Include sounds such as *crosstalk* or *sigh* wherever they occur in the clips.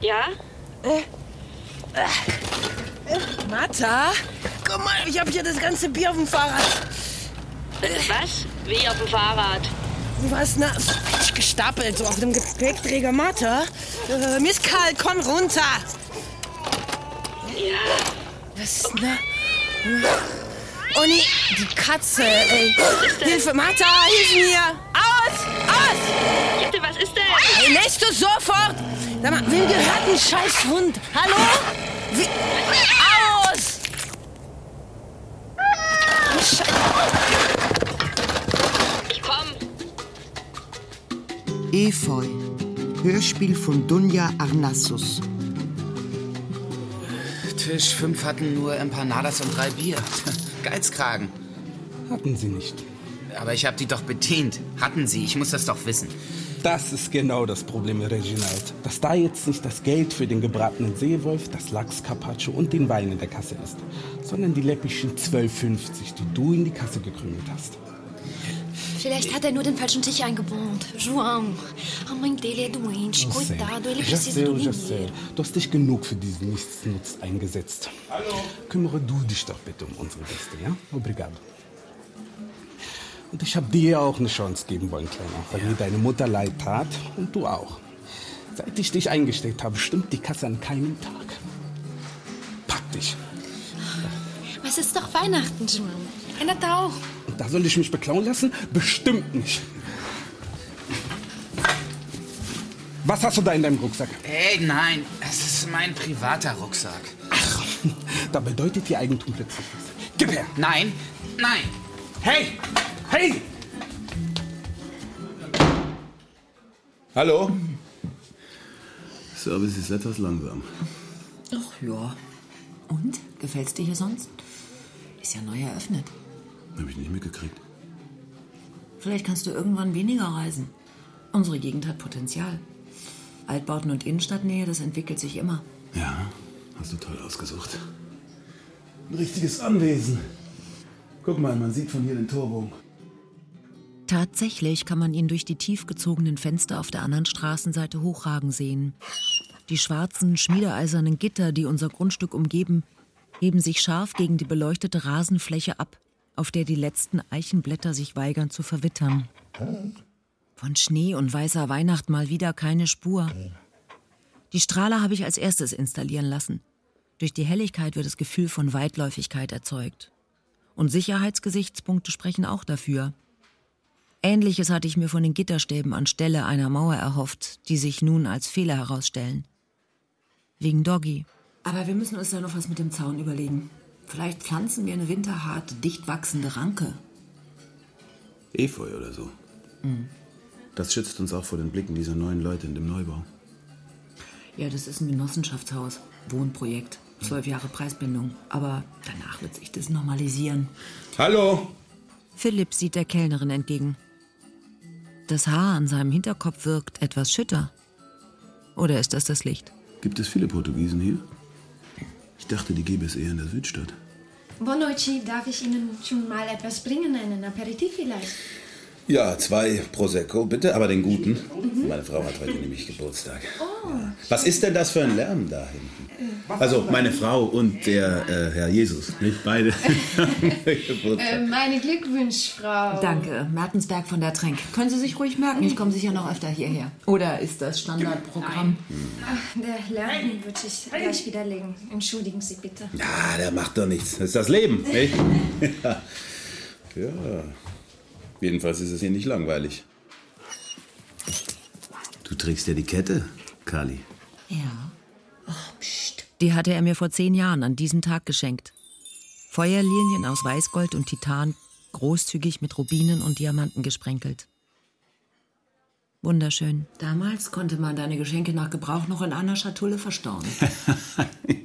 Ja? Äh, Martha? Guck mal, ich habe hier das ganze Bier auf dem Fahrrad. Was? Wie auf dem Fahrrad? Du warst nass. Gestapelt, so auf dem Gepäckträger. Martha? Äh, Miss Karl, komm runter. Ja. Was ist denn da? Oh nee, die Katze, ey. Hilfe, Martha, hilf mir. Aus, aus. Bitte, was ist denn? Hey, lässt du sofort? Sag mal, wem gehört ein scheiß Hund? Hallo? Wie? Aus! Oh, Scheiße. Ich komm. Efeu. Hörspiel von Dunja Arnassus. Tisch 5 hatten nur Empanadas und drei Bier. *laughs* Geizkragen. Hatten sie nicht. Aber ich habe die doch bedient. Hatten sie, ich muss das doch wissen. Das ist genau das Problem, Reginald. Dass da jetzt nicht das Geld für den gebratenen Seewolf, das Lachs Carpaccio und den Wein in der Kasse ist, sondern die läppischen 12,50, die du in die Kasse gekrümelt hast. Vielleicht hat er nur den falschen Tisch eingebucht. João, a mãe dele é doente. Oh, Coitado, ele Já precisa sei, do já sei. dinheiro. Du hast dich genug für diesen Nichtsnutz eingesetzt. Hallo. Kümmere du dich doch bitte um unsere Gäste, ja? Obrigado. Und ich habe dir auch eine Chance geben wollen, Kleiner, weil mir deine Mutter leid tat und du auch. Seit ich dich eingestellt habe, stimmt die Kasse an keinem Tag. Pack dich. Aber es ist doch Weihnachten, João. In der Tau. Und da soll ich mich beklauen lassen? Bestimmt nicht. Was hast du da in deinem Rucksack? Ey, nein, es ist mein privater Rucksack. Da bedeutet ihr Eigentum plötzlich was. Gib her! Nein, nein. Hey! Hey! Hallo? Service ist etwas langsam. Ach ja. Und? Gefällt's dir hier sonst? Ist ja neu eröffnet. Habe ich nicht mitgekriegt. Vielleicht kannst du irgendwann weniger reisen. Unsere Gegend hat Potenzial. Altbauten und Innenstadtnähe, das entwickelt sich immer. Ja, hast du toll ausgesucht. Ein richtiges Anwesen. Guck mal, man sieht von hier den Torbogen. Tatsächlich kann man ihn durch die tiefgezogenen Fenster auf der anderen Straßenseite hochragen sehen. Die schwarzen, schmiedeeisernen Gitter, die unser Grundstück umgeben, heben sich scharf gegen die beleuchtete Rasenfläche ab, auf der die letzten Eichenblätter sich weigern zu verwittern. Von Schnee und weißer Weihnacht mal wieder keine Spur. Die Strahler habe ich als erstes installieren lassen. Durch die Helligkeit wird das Gefühl von Weitläufigkeit erzeugt. Und Sicherheitsgesichtspunkte sprechen auch dafür. Ähnliches hatte ich mir von den Gitterstäben anstelle einer Mauer erhofft, die sich nun als Fehler herausstellen. Wegen Doggy. Aber wir müssen uns da noch was mit dem Zaun überlegen. Vielleicht pflanzen wir eine winterharte, dicht wachsende Ranke. Efeu oder so. Das schützt uns auch vor den Blicken dieser neuen Leute in dem Neubau. Ja, das ist ein Genossenschaftshaus. Wohnprojekt. Zwölf Jahre Preisbindung. Aber danach wird sich das normalisieren. Hallo! Philipp sieht der Kellnerin entgegen. Das Haar an seinem Hinterkopf wirkt etwas schütter. Oder ist das das Licht? Gibt es viele Portugiesen hier? Ich dachte, die gäbe es eher in der Südstadt. Boa noite, darf ich Ihnen schon mal etwas bringen? Einen Aperitif vielleicht? Ja, zwei Prosecco, bitte, aber den guten. Meine Frau hat heute nämlich Geburtstag. Oh. Ja. Was ist denn das für ein Lärm da hinten? Also meine Frau und der äh, Herr Jesus, *laughs* nicht beide. Geburtstag. Meine Glückwunsch, Frau. Danke, Mertensberg von der Tränk. Können Sie sich ruhig merken, ich komme sicher noch öfter hierher. Oder ist das Standardprogramm? Ah, Der Lärm wird sich gleich widerlegen. Entschuldigen Sie bitte. Ja, Ah, der macht doch nichts. Das ist das *laughs* Leben, nicht? ja. Jedenfalls ist es hier nicht langweilig. Du trägst ja die Kette, Kali. Ja. Die hatte er mir vor zehn Jahren an diesem Tag geschenkt. Feuerlilien aus Weißgold und Titan, großzügig mit Rubinen und Diamanten gesprenkelt. Wunderschön. Damals konnte man deine Geschenke nach Gebrauch noch in einer Schatulle *laughs* verstauen.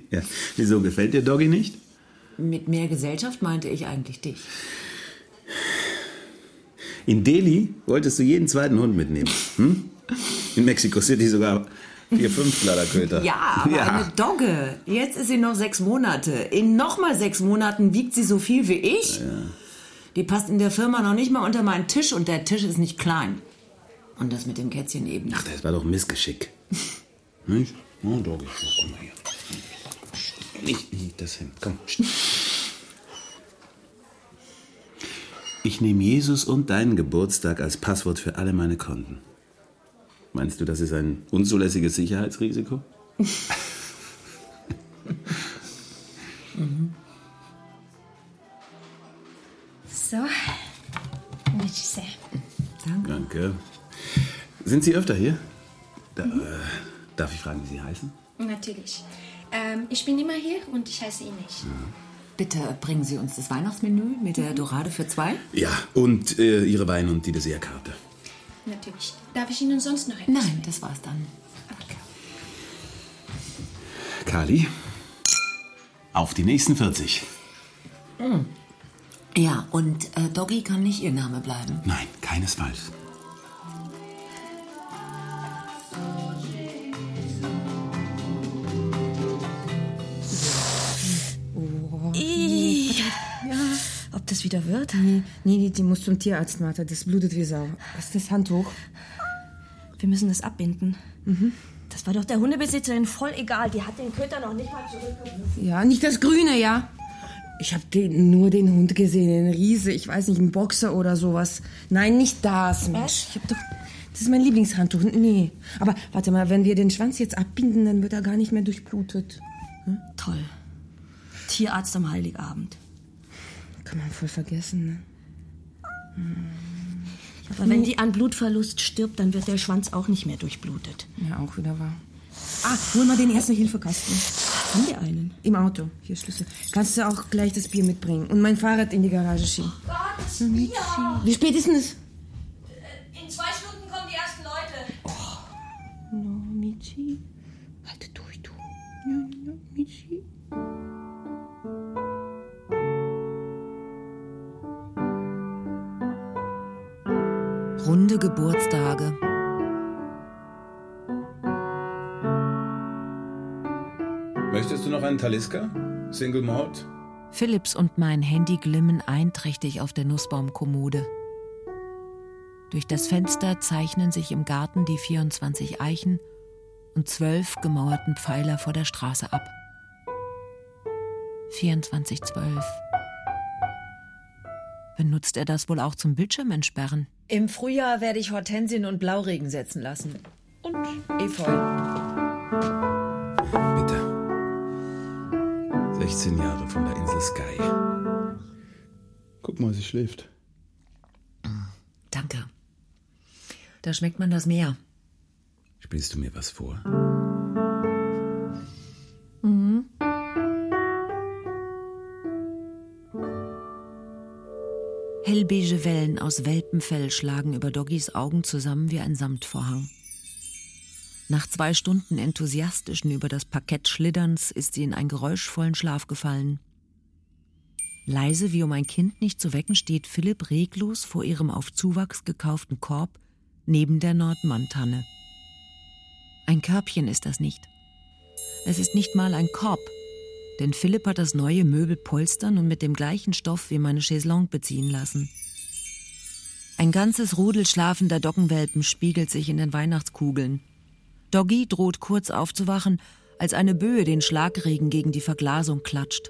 ja. Wieso gefällt dir Doggy nicht? Mit mehr Gesellschaft meinte ich eigentlich dich. In Delhi wolltest du jeden zweiten Hund mitnehmen. Hm? In Mexico City sogar vier Fünftladerköter. Ja, aber eine Dogge. Jetzt ist sie noch sechs Monate. In nochmal sechs Monaten wiegt sie so viel wie ich. Die passt in der Firma noch nicht mal unter meinen Tisch und der Tisch ist nicht klein. Und das mit dem Kätzchen eben. Ach, das war doch Missgeschick. *laughs* Nicht? Na, Doggy, na, komm mal hier. Nicht, nicht das hin. Komm. Psst. Ich nehme Jesus und deinen Geburtstag als Passwort für alle meine Konten. Meinst du, das ist ein unzulässiges Sicherheitsrisiko? Mhm. So. Bitte sehr. Danke. Sind Sie öfter hier? Da, äh, darf ich fragen, wie Sie heißen? Natürlich. Ähm, ich bin immer hier und ich heiße Ines. Bitte bringen Sie uns das Weihnachtsmenü mit der Dorade für zwei. Ja, und äh, Ihre Wein- und die Dessertkarte. Natürlich. Darf ich Ihnen sonst noch etwas? Nein, das war's dann. Kali, auf die nächsten 40. Mhm. Ja, und äh, Doggy kann nicht Ihr Name bleiben. Nein, keinesfalls. Ob das wieder wird? Nee, nee, die muss zum Tierarzt, Martha. Das blutet wie Sau. Was ist das Handtuch? Wir müssen das abbinden. Mhm. Das war doch der Hundebesitzerin voll egal. Die hat den Köter noch nicht mal zurückgerufen. Ja, nicht das Grüne, ja? Ich habe den, nur den Hund gesehen, den Riese, ich weiß nicht, ein Boxer oder sowas. Nein, nicht das, Mensch. Ich hab doch, das ist mein Lieblingshandtuch. Nee, aber warte mal, wenn wir den Schwanz jetzt abbinden, dann wird er gar nicht mehr durchblutet. Hm? Toll. Tierarzt am Heiligabend. Kann man voll vergessen, ne? Aber wenn die an Blutverlust stirbt, dann wird der Schwanz auch nicht mehr durchblutet. Ja, auch wieder wahr. Ah, hol mal den Erste-Hilfe-Kasten. Haben wir einen? Im Auto. Hier, Schlüssel. Kannst du auch gleich das Bier mitbringen und mein Fahrrad in die Garage schieben. Wie spät ist denn es? Äh, In zwei Stunden kommen die ersten Leute. Oh. No, Michi. Halte durch, du. No, no, Michi. Runde Geburtstage. Möchtest du noch einen Talisker? Single Malt? Philips und mein Handy glimmen einträchtig auf der Nussbaumkommode. Durch das Fenster zeichnen sich im Garten die 24 Eichen und zwölf gemauerten Pfeiler vor der Straße ab. 2412. Benutzt er das wohl auch zum Bildschirmentsperren? Im Frühjahr werde ich Hortensien und Blauregen setzen lassen. Und Efeu. Bitte. 16 Jahre von der Insel Sky. Guck mal, sie schläft. Danke. Da schmeckt man das Meer. Spielst du mir was vor? Mhm. Hellbeige Wellen aus Welpenfell schlagen über Doggys Augen zusammen wie ein Samtvorhang. Nach zwei Stunden enthusiastischen über das Parkett Schlitterns ist sie in einen geräuschvollen Schlaf gefallen. Leise wie um ein Kind nicht zu wecken, steht Philipp reglos vor ihrem auf Zuwachs gekauften Korb neben der Nordmantanne. Ein Körbchen ist das nicht. Es ist nicht mal ein Korb, denn Philipp hat das neue Möbel polstern und mit dem gleichen Stoff wie meine Chaiselongue beziehen lassen. Ein ganzes Rudel schlafender Doggenwelpen spiegelt sich in den Weihnachtskugeln. Doggy droht kurz aufzuwachen, als eine Böe den Schlagregen gegen die Verglasung klatscht.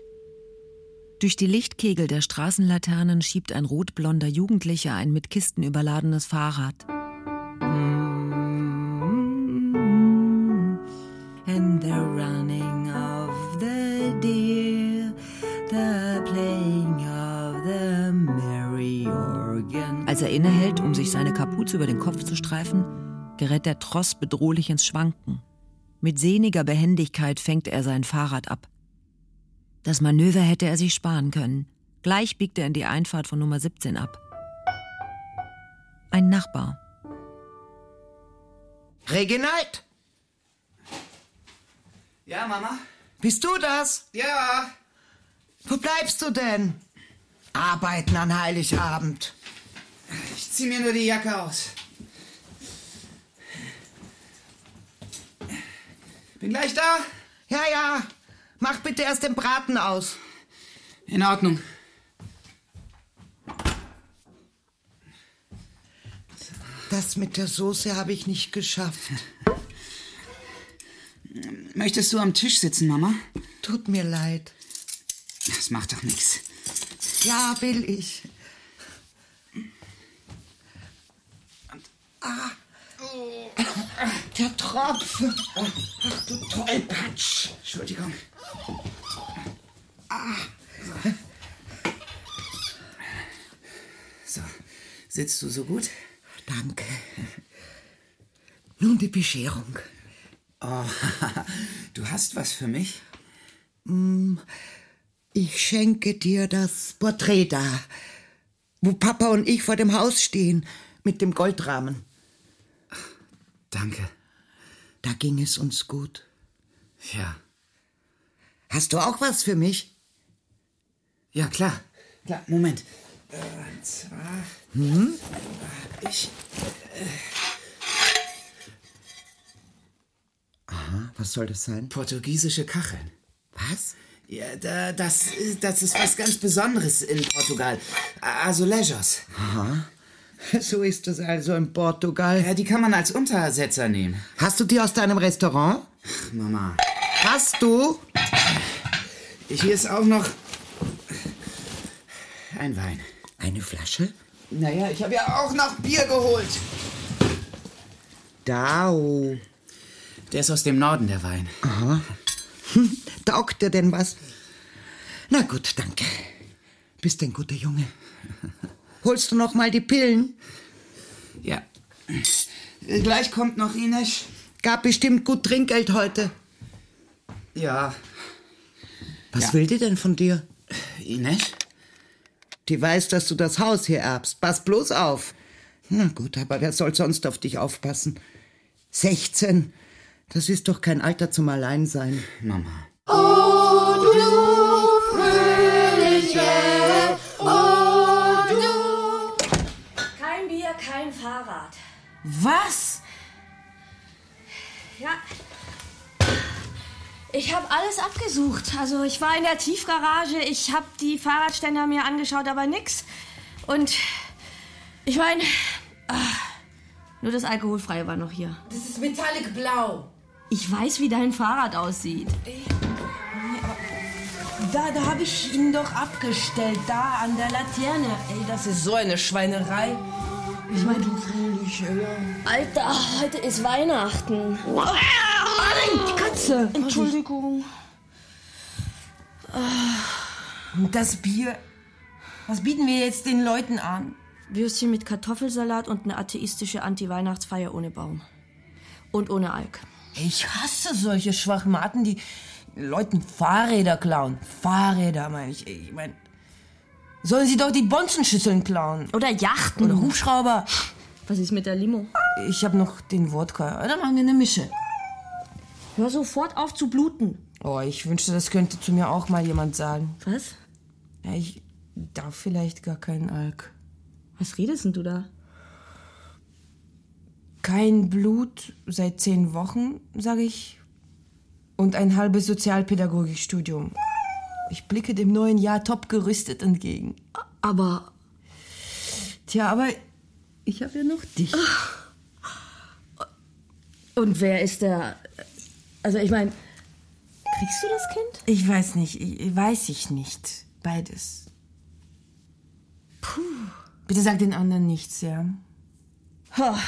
Durch die Lichtkegel der Straßenlaternen schiebt ein rotblonder Jugendlicher ein mit Kisten überladenes Fahrrad. And the running of the deer, the playing of the merry organ. Als er innehält, um sich seine Kapuze über den Kopf zu streifen, gerät der Tross bedrohlich ins Schwanken. Mit sehniger Behendigkeit fängt er sein Fahrrad ab. Das Manöver hätte er sich sparen können. Gleich biegt er in die Einfahrt von Nummer 17 ab. Ein Nachbar. Regenald, Ja, Mama? bist du das? Ja. Wo bleibst du denn? Arbeiten an Heiligabend. Ich zieh mir nur die Jacke aus. Bin gleich da. Ja, ja. Mach bitte erst den Braten aus. In Ordnung. Das mit der Soße habe ich nicht geschafft. *laughs* Möchtest du am Tisch sitzen, Mama? Tut mir leid. Das macht doch nichts. Ja, will ich. Ah. Der Tropfen. Oh, Ach du Tollpatsch. Entschuldigung. Ah. So, sitzt du so gut? Danke. Nun die Bescherung. Oh, *laughs* du hast was für mich? Mm, Ich schenke dir das Porträt da, wo Papa und ich vor dem Haus stehen, mit dem Goldrahmen. Danke. Da ging es uns gut. Ja. Hast du auch was für mich? Ja, klar. Klar, Moment. Äh, Und zwar Hm? hab ich. äh. Aha, was soll das sein? Portugiesische Kacheln. Was? Ja, da, das, das ist was ganz Besonderes in Portugal. Also Leisures. Aha. *laughs* So ist das also in Portugal. Ja, die kann man als Untersetzer nehmen. Hast du die aus deinem Restaurant? Mama. Hast du? Hier ist auch noch ein Wein. Eine Flasche? Naja, ich habe ja auch noch Bier geholt. Dao. Der ist aus dem Norden, der Wein. Aha. Hm, Taugt dir denn was? Na gut, danke. Bist ein guter Junge. Holst du noch mal die Pillen? Ja. Gleich kommt noch Ines. Gab bestimmt gut Trinkgeld heute. Ja. Was will die denn von dir? Ines? Die weiß, dass du das Haus hier erbst. Pass bloß auf. Na gut, aber wer soll sonst auf dich aufpassen? 16. Das ist doch kein Alter zum Alleinsein. Mama. Oh, du fröhliche, oh, du. Kein Bier, kein Fahrrad. Was? Ja. Ich habe alles abgesucht. Also ich war in der Tiefgarage, ich habe die Fahrradständer mir angeschaut, aber nix. Und ich meine, nur das Alkoholfreie war noch hier. Das ist Metallic Blau. Ich weiß, wie dein Fahrrad aussieht. Da, da habe ich ihn doch abgestellt. Da an der Laterne. Ey, das ist so eine Schweinerei. Ich meine, du fröhlich, äh, Alter, heute ist Weihnachten. Oh, nein, die Katze. Entschuldigung. Und das Bier. Was bieten wir jetzt den Leuten an? Würstchen mit Kartoffelsalat und eine atheistische Anti-Weihnachtsfeier ohne Baum. Und ohne Alk. Ich hasse solche Schwachmaten, die Leuten Fahrräder klauen. Fahrräder, meine ich. Ich meine, sollen sie doch die Bonzenschüsseln klauen. Oder Yachten. Oder Hubschrauber. Was ist mit der Limo? Ich habe noch den Wodka. Dann machen wir eine Mische. Hör sofort auf zu bluten. Oh, ich wünschte, das könnte zu mir auch mal jemand sagen. Was? Ja, ich darf vielleicht gar keinen Alk. Was redest denn du da? Kein Blut seit zehn Wochen, sage ich. Und ein halbes Sozialpädagogikstudium. Ich blicke dem neuen Jahr top gerüstet entgegen. Aber. Tja, aber ich habe ja noch dich. Und wer ist der. Also, ich meine. Kriegst du das Kind? Ich weiß nicht, ich, weiß ich nicht. Beides. Puh. Bitte sag den anderen nichts, ja? Ha.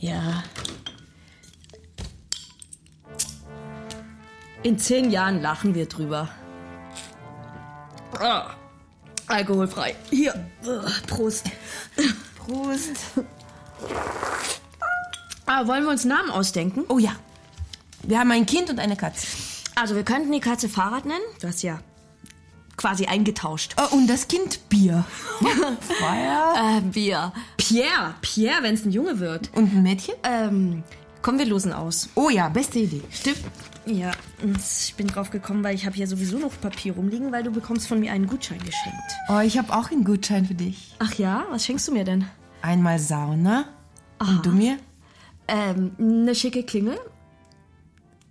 Ja. In zehn Jahren lachen wir drüber. Ah, alkoholfrei. Hier. Ah, Prost. Prost. Ah, wollen wir uns Namen ausdenken? Oh ja. Wir haben ein Kind und eine Katze. Also, wir könnten die Katze Fahrrad nennen. Du hast ja quasi eingetauscht. Oh, und das *laughs* Kind Bier. Feuer? Äh, Bier. Pierre. Pierre, wenn es ein Junge wird. Und ein Mädchen? Ähm, komm, wir losen aus. Oh ja, beste Idee. Stimmt. Ja, und ich bin drauf gekommen, weil ich habe hier sowieso noch Papier rumliegen, weil du bekommst von mir einen Gutschein geschenkt. Oh, ich habe auch einen Gutschein für dich. Ach ja? Was schenkst du mir denn? Einmal Sauna. Aha. Und du mir? Ähm, eine schicke Klingel?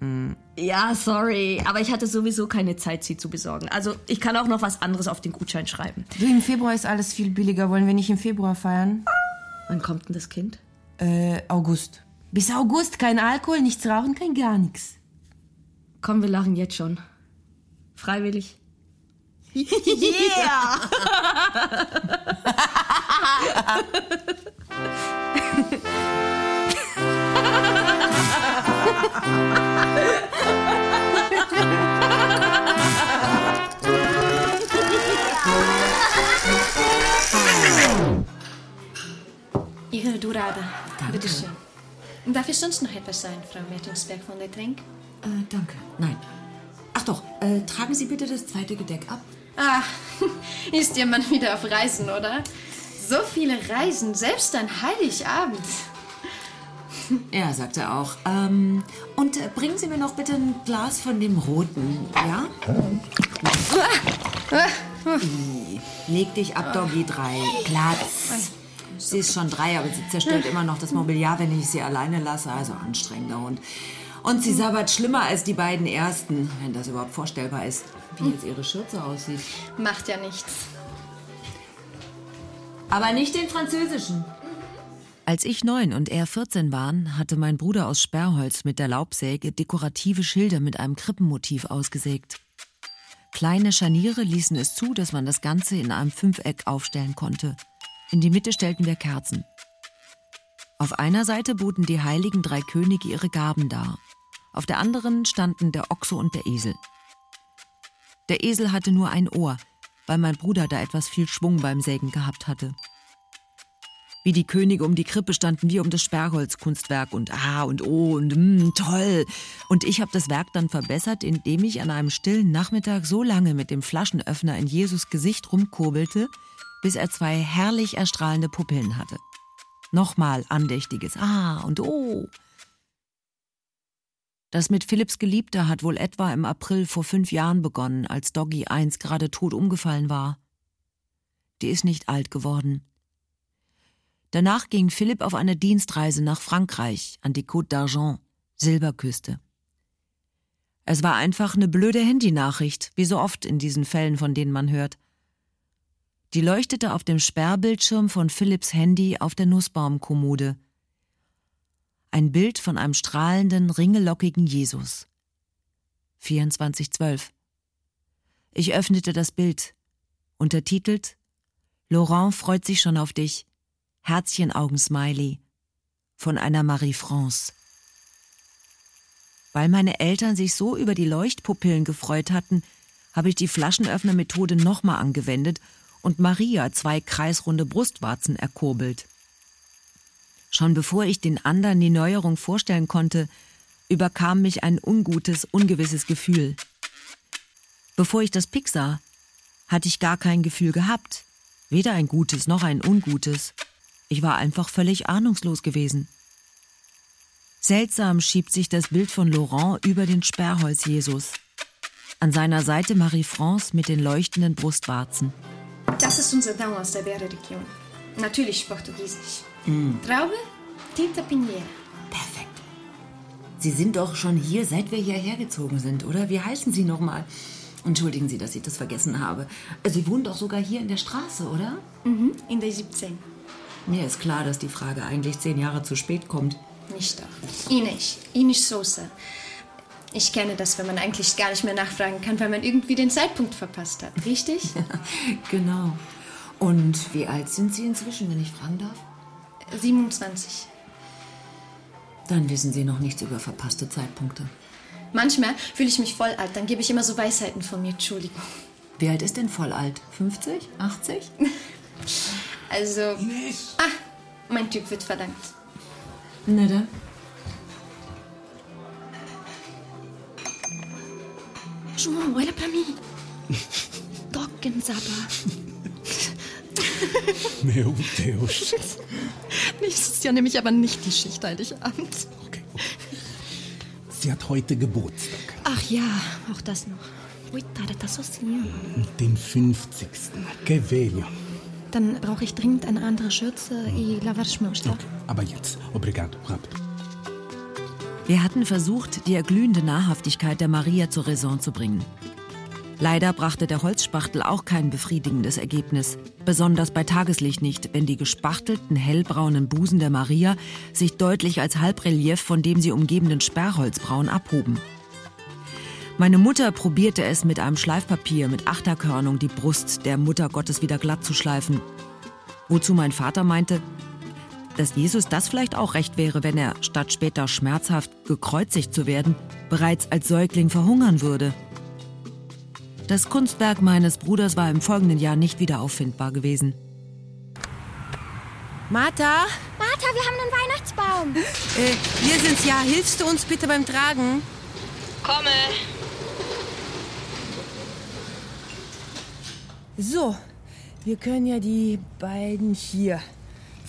Mm. Ja, sorry, aber ich hatte sowieso keine Zeit, sie zu besorgen. Also, ich kann auch noch was anderes auf den Gutschein schreiben. Du, im Februar ist alles viel billiger. Wollen wir nicht im Februar feiern? Wann kommt denn das Kind? Äh, August. Bis August kein Alkohol, nichts rauchen, kein gar nichts. Komm, wir lachen jetzt schon. *laughs* Freiwillig. Yeah! Ihre Durada. Bitte schön. Darf ich sonst noch etwas sein, Frau Mertensberg von der Tränk? Äh, danke. Nein. Ach doch, äh, tragen Sie bitte das zweite Gedeck ab. Ah, *laughs* ist Ihr Mann wieder auf Reisen, oder? So viele Reisen, selbst an Heiligabend. Ja, sagt er auch. Ähm, und äh, bringen Sie mir noch bitte ein Glas von dem roten, ja? Ih, Leg dich ab, Doggy 3. Platz. Sie ist schon drei, aber sie zerstört immer noch das Mobiliar, wenn ich sie alleine lasse. Also anstrengender Hund. Und sie sabbert schlimmer als die beiden ersten, wenn das überhaupt vorstellbar ist, wie jetzt ihre Schürze aussieht. Macht ja nichts. Aber nicht den französischen. Als ich neun und er 14 waren, hatte mein Bruder aus Sperrholz mit der Laubsäge dekorative Schilder mit einem Krippenmotiv ausgesägt. Kleine Scharniere ließen es zu, dass man das Ganze in einem Fünfeck aufstellen konnte. In die Mitte stellten wir Kerzen. Auf einer Seite boten die heiligen drei Könige ihre Gaben dar. Auf der anderen standen der Ochse und der Esel. Der Esel hatte nur ein Ohr, weil mein Bruder da etwas viel Schwung beim Sägen gehabt hatte. Wie die Könige um die Krippe standen wir um das Sperrholzkunstwerk und ah und oh und mm, toll. Und ich habe das Werk dann verbessert, indem ich an einem stillen Nachmittag so lange mit dem Flaschenöffner in Jesus Gesicht rumkurbelte, bis er zwei herrlich erstrahlende Pupillen hatte. Nochmal andächtiges ah und oh. Das mit Philipps Geliebter hat wohl etwa im April vor fünf Jahren begonnen, als Doggy 1 gerade tot umgefallen war. Die ist nicht alt geworden. Danach ging Philipp auf eine Dienstreise nach Frankreich an die Côte d'Argent, Silberküste. Es war einfach eine blöde Handynachricht, wie so oft in diesen Fällen, von denen man hört. Die leuchtete auf dem Sperrbildschirm von Philipps Handy auf der Nussbaumkommode. Ein Bild von einem strahlenden, ringelockigen Jesus. 2412. Ich öffnete das Bild. Untertitelt Laurent freut sich schon auf dich. Herzchen-Augen-Smiley von einer Marie France. Weil meine Eltern sich so über die Leuchtpupillen gefreut hatten, habe ich die Flaschenöffnermethode nochmal angewendet und Maria zwei kreisrunde Brustwarzen erkurbelt. Schon bevor ich den anderen die Neuerung vorstellen konnte, überkam mich ein ungutes, ungewisses Gefühl. Bevor ich das Pick sah, hatte ich gar kein Gefühl gehabt, weder ein gutes noch ein ungutes. Ich war einfach völlig ahnungslos gewesen. Seltsam schiebt sich das Bild von Laurent über den Sperrholz Jesus. An seiner Seite Marie-France mit den leuchtenden Brustwarzen. Das ist unser Down aus der Beere-Region. Natürlich portugiesisch. Hm, Traube, Tinta Pinheira. Sie sind doch schon hier, seit wir hierher gezogen sind, oder? Wie heißen Sie nochmal? Entschuldigen Sie, dass ich das vergessen habe. Sie wohnen doch sogar hier in der Straße, oder? Mhm, in der 17. Mir ist klar, dass die Frage eigentlich zehn Jahre zu spät kommt. *laughs* Nicht doch. Ines, Ines Sosa. Ich kenne das, wenn man eigentlich gar nicht mehr nachfragen kann, weil man irgendwie den Zeitpunkt verpasst hat, richtig? *laughs* Genau. Und wie alt sind Sie inzwischen, wenn ich fragen darf? 27. Dann wissen Sie noch nichts über verpasste Zeitpunkte. Manchmal fühle ich mich voll alt, dann gebe ich immer so Weisheiten von mir, Entschuldigung. Wie alt ist denn voll alt? 50? 80? *laughs* Also. Ah, mein Typ wird verdankt. Na dann. João, olha pra *laughs* mim. Toquen, Saba. Meu Deus. Nächstes Jahr nehme ich aber nicht die Schicht halt Heiligabend. Sie hat heute Geburtstag. Ach ja, auch das noch. Coitada, das ist hier. Den 50. Que velho. Dann brauche ich dringend eine andere Schürze. Ich lavar schmörster. Aber jetzt, obrigado, rápido. Wir hatten versucht, die erglühende Nahrhaftigkeit der Maria zur Raison zu bringen. Leider brachte der Holzspachtel auch kein befriedigendes Ergebnis. Besonders bei Tageslicht nicht, wenn die gespachtelten hellbraunen Busen der Maria sich deutlich als Halbrelief von dem sie umgebenden Sperrholzbraun abhoben. Meine Mutter probierte es mit einem Schleifpapier mit Achterkörnung die Brust der Mutter Gottes wieder glatt zu schleifen. Wozu mein Vater meinte, dass Jesus das vielleicht auch recht wäre, wenn er, statt später schmerzhaft gekreuzigt zu werden, bereits als Säugling verhungern würde. Das Kunstwerk meines Bruders war im folgenden Jahr nicht wieder auffindbar gewesen. Martha? Martha, wir haben einen Weihnachtsbaum. Äh, wir sind's ja. Hilfst du uns bitte beim Tragen? Komme. So, wir können ja die beiden hier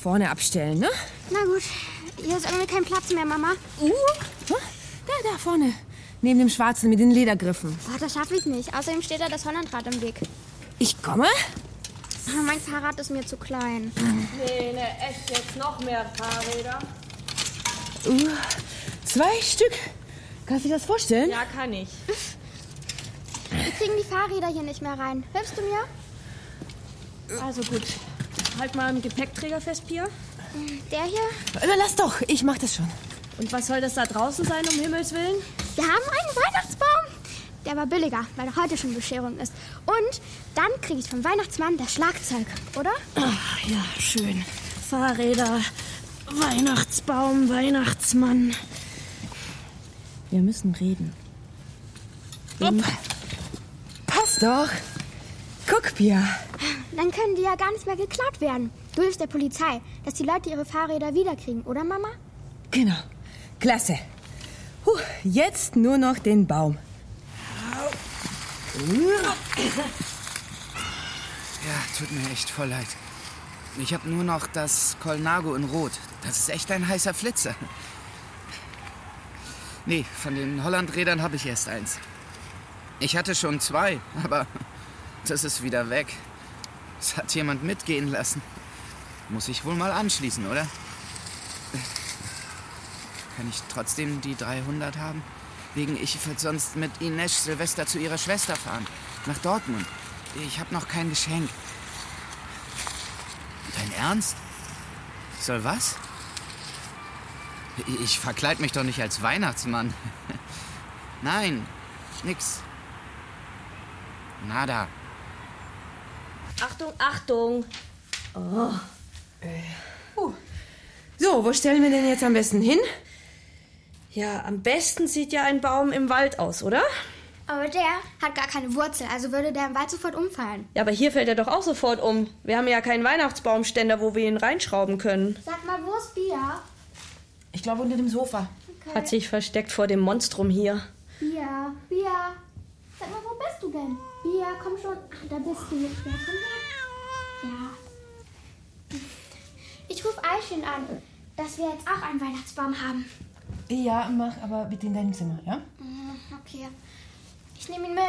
vorne abstellen, ne? Na gut, hier ist irgendwie kein Platz mehr, Mama. Uh, da, da vorne. Neben dem schwarzen mit den Ledergriffen. Oh, das schaffe ich nicht. Außerdem steht da das Hollandrad im Weg. Ich komme? Ah, mein Fahrrad ist mir zu klein. Nee, ne, echt jetzt noch mehr Fahrräder. Uh, zwei Stück. Kannst du dir das vorstellen? Ja, kann ich. Wir kriegen die Fahrräder hier nicht mehr rein. Hilfst du mir? Also gut. Halt mal einen Gepäckträger fest, Pia. Der hier? Na, lass doch. Ich mach das schon. Und was soll das da draußen sein, um Himmels Willen? Wir haben einen Weihnachtsbaum. Der war billiger, weil doch heute schon Bescherung ist. Und dann kriege ich vom Weihnachtsmann das Schlagzeug, oder? ja, schön. Fahrräder, Weihnachtsbaum, Weihnachtsmann. Wir müssen reden. Upp. Passt doch. Guck, Pia. Dann können die ja gar nicht mehr geklaut werden. Du hilfst der Polizei, dass die Leute ihre Fahrräder wiederkriegen, oder Mama? Genau. Klasse. Huh, jetzt nur noch den Baum. Ja, tut mir echt voll leid. Ich habe nur noch das Colnago in Rot. Das ist echt ein heißer Flitzer. Nee, von den Hollandrädern habe ich erst eins. Ich hatte schon zwei, aber das ist wieder weg. Das hat jemand mitgehen lassen. Muss ich wohl mal anschließen, oder? Kann ich trotzdem die 300 haben? Wegen, ich würde sonst mit Ines Silvester zu ihrer Schwester fahren. Nach Dortmund. Ich habe noch kein Geschenk. Dein Ernst? Soll was? Ich verkleid mich doch nicht als Weihnachtsmann. *laughs* Nein, nix. Nada. Achtung, Achtung. Oh. Äh, So, wo stellen wir denn jetzt am besten hin? Ja, am besten sieht ja ein Baum im Wald aus, oder? Aber der hat gar keine Wurzel, also würde der im Wald sofort umfallen. Ja, aber hier fällt er doch auch sofort um. Wir haben ja keinen Weihnachtsbaumständer, wo wir ihn reinschrauben können. Sag mal, wo ist Bia? Ich glaube, unter dem Sofa. Okay. Hat sich versteckt vor dem Monstrum hier. Bia, Bia. Sag mal, wo bist du denn? Bia, komm schon. Ach, da bist du nicht mehr. Komm her. Ja. Ich rufe Eichen an, dass wir jetzt auch einen Weihnachtsbaum haben. Ja, mach aber bitte in deinem Zimmer, ja? Mhm, Okay. Ich nehme ihn mit.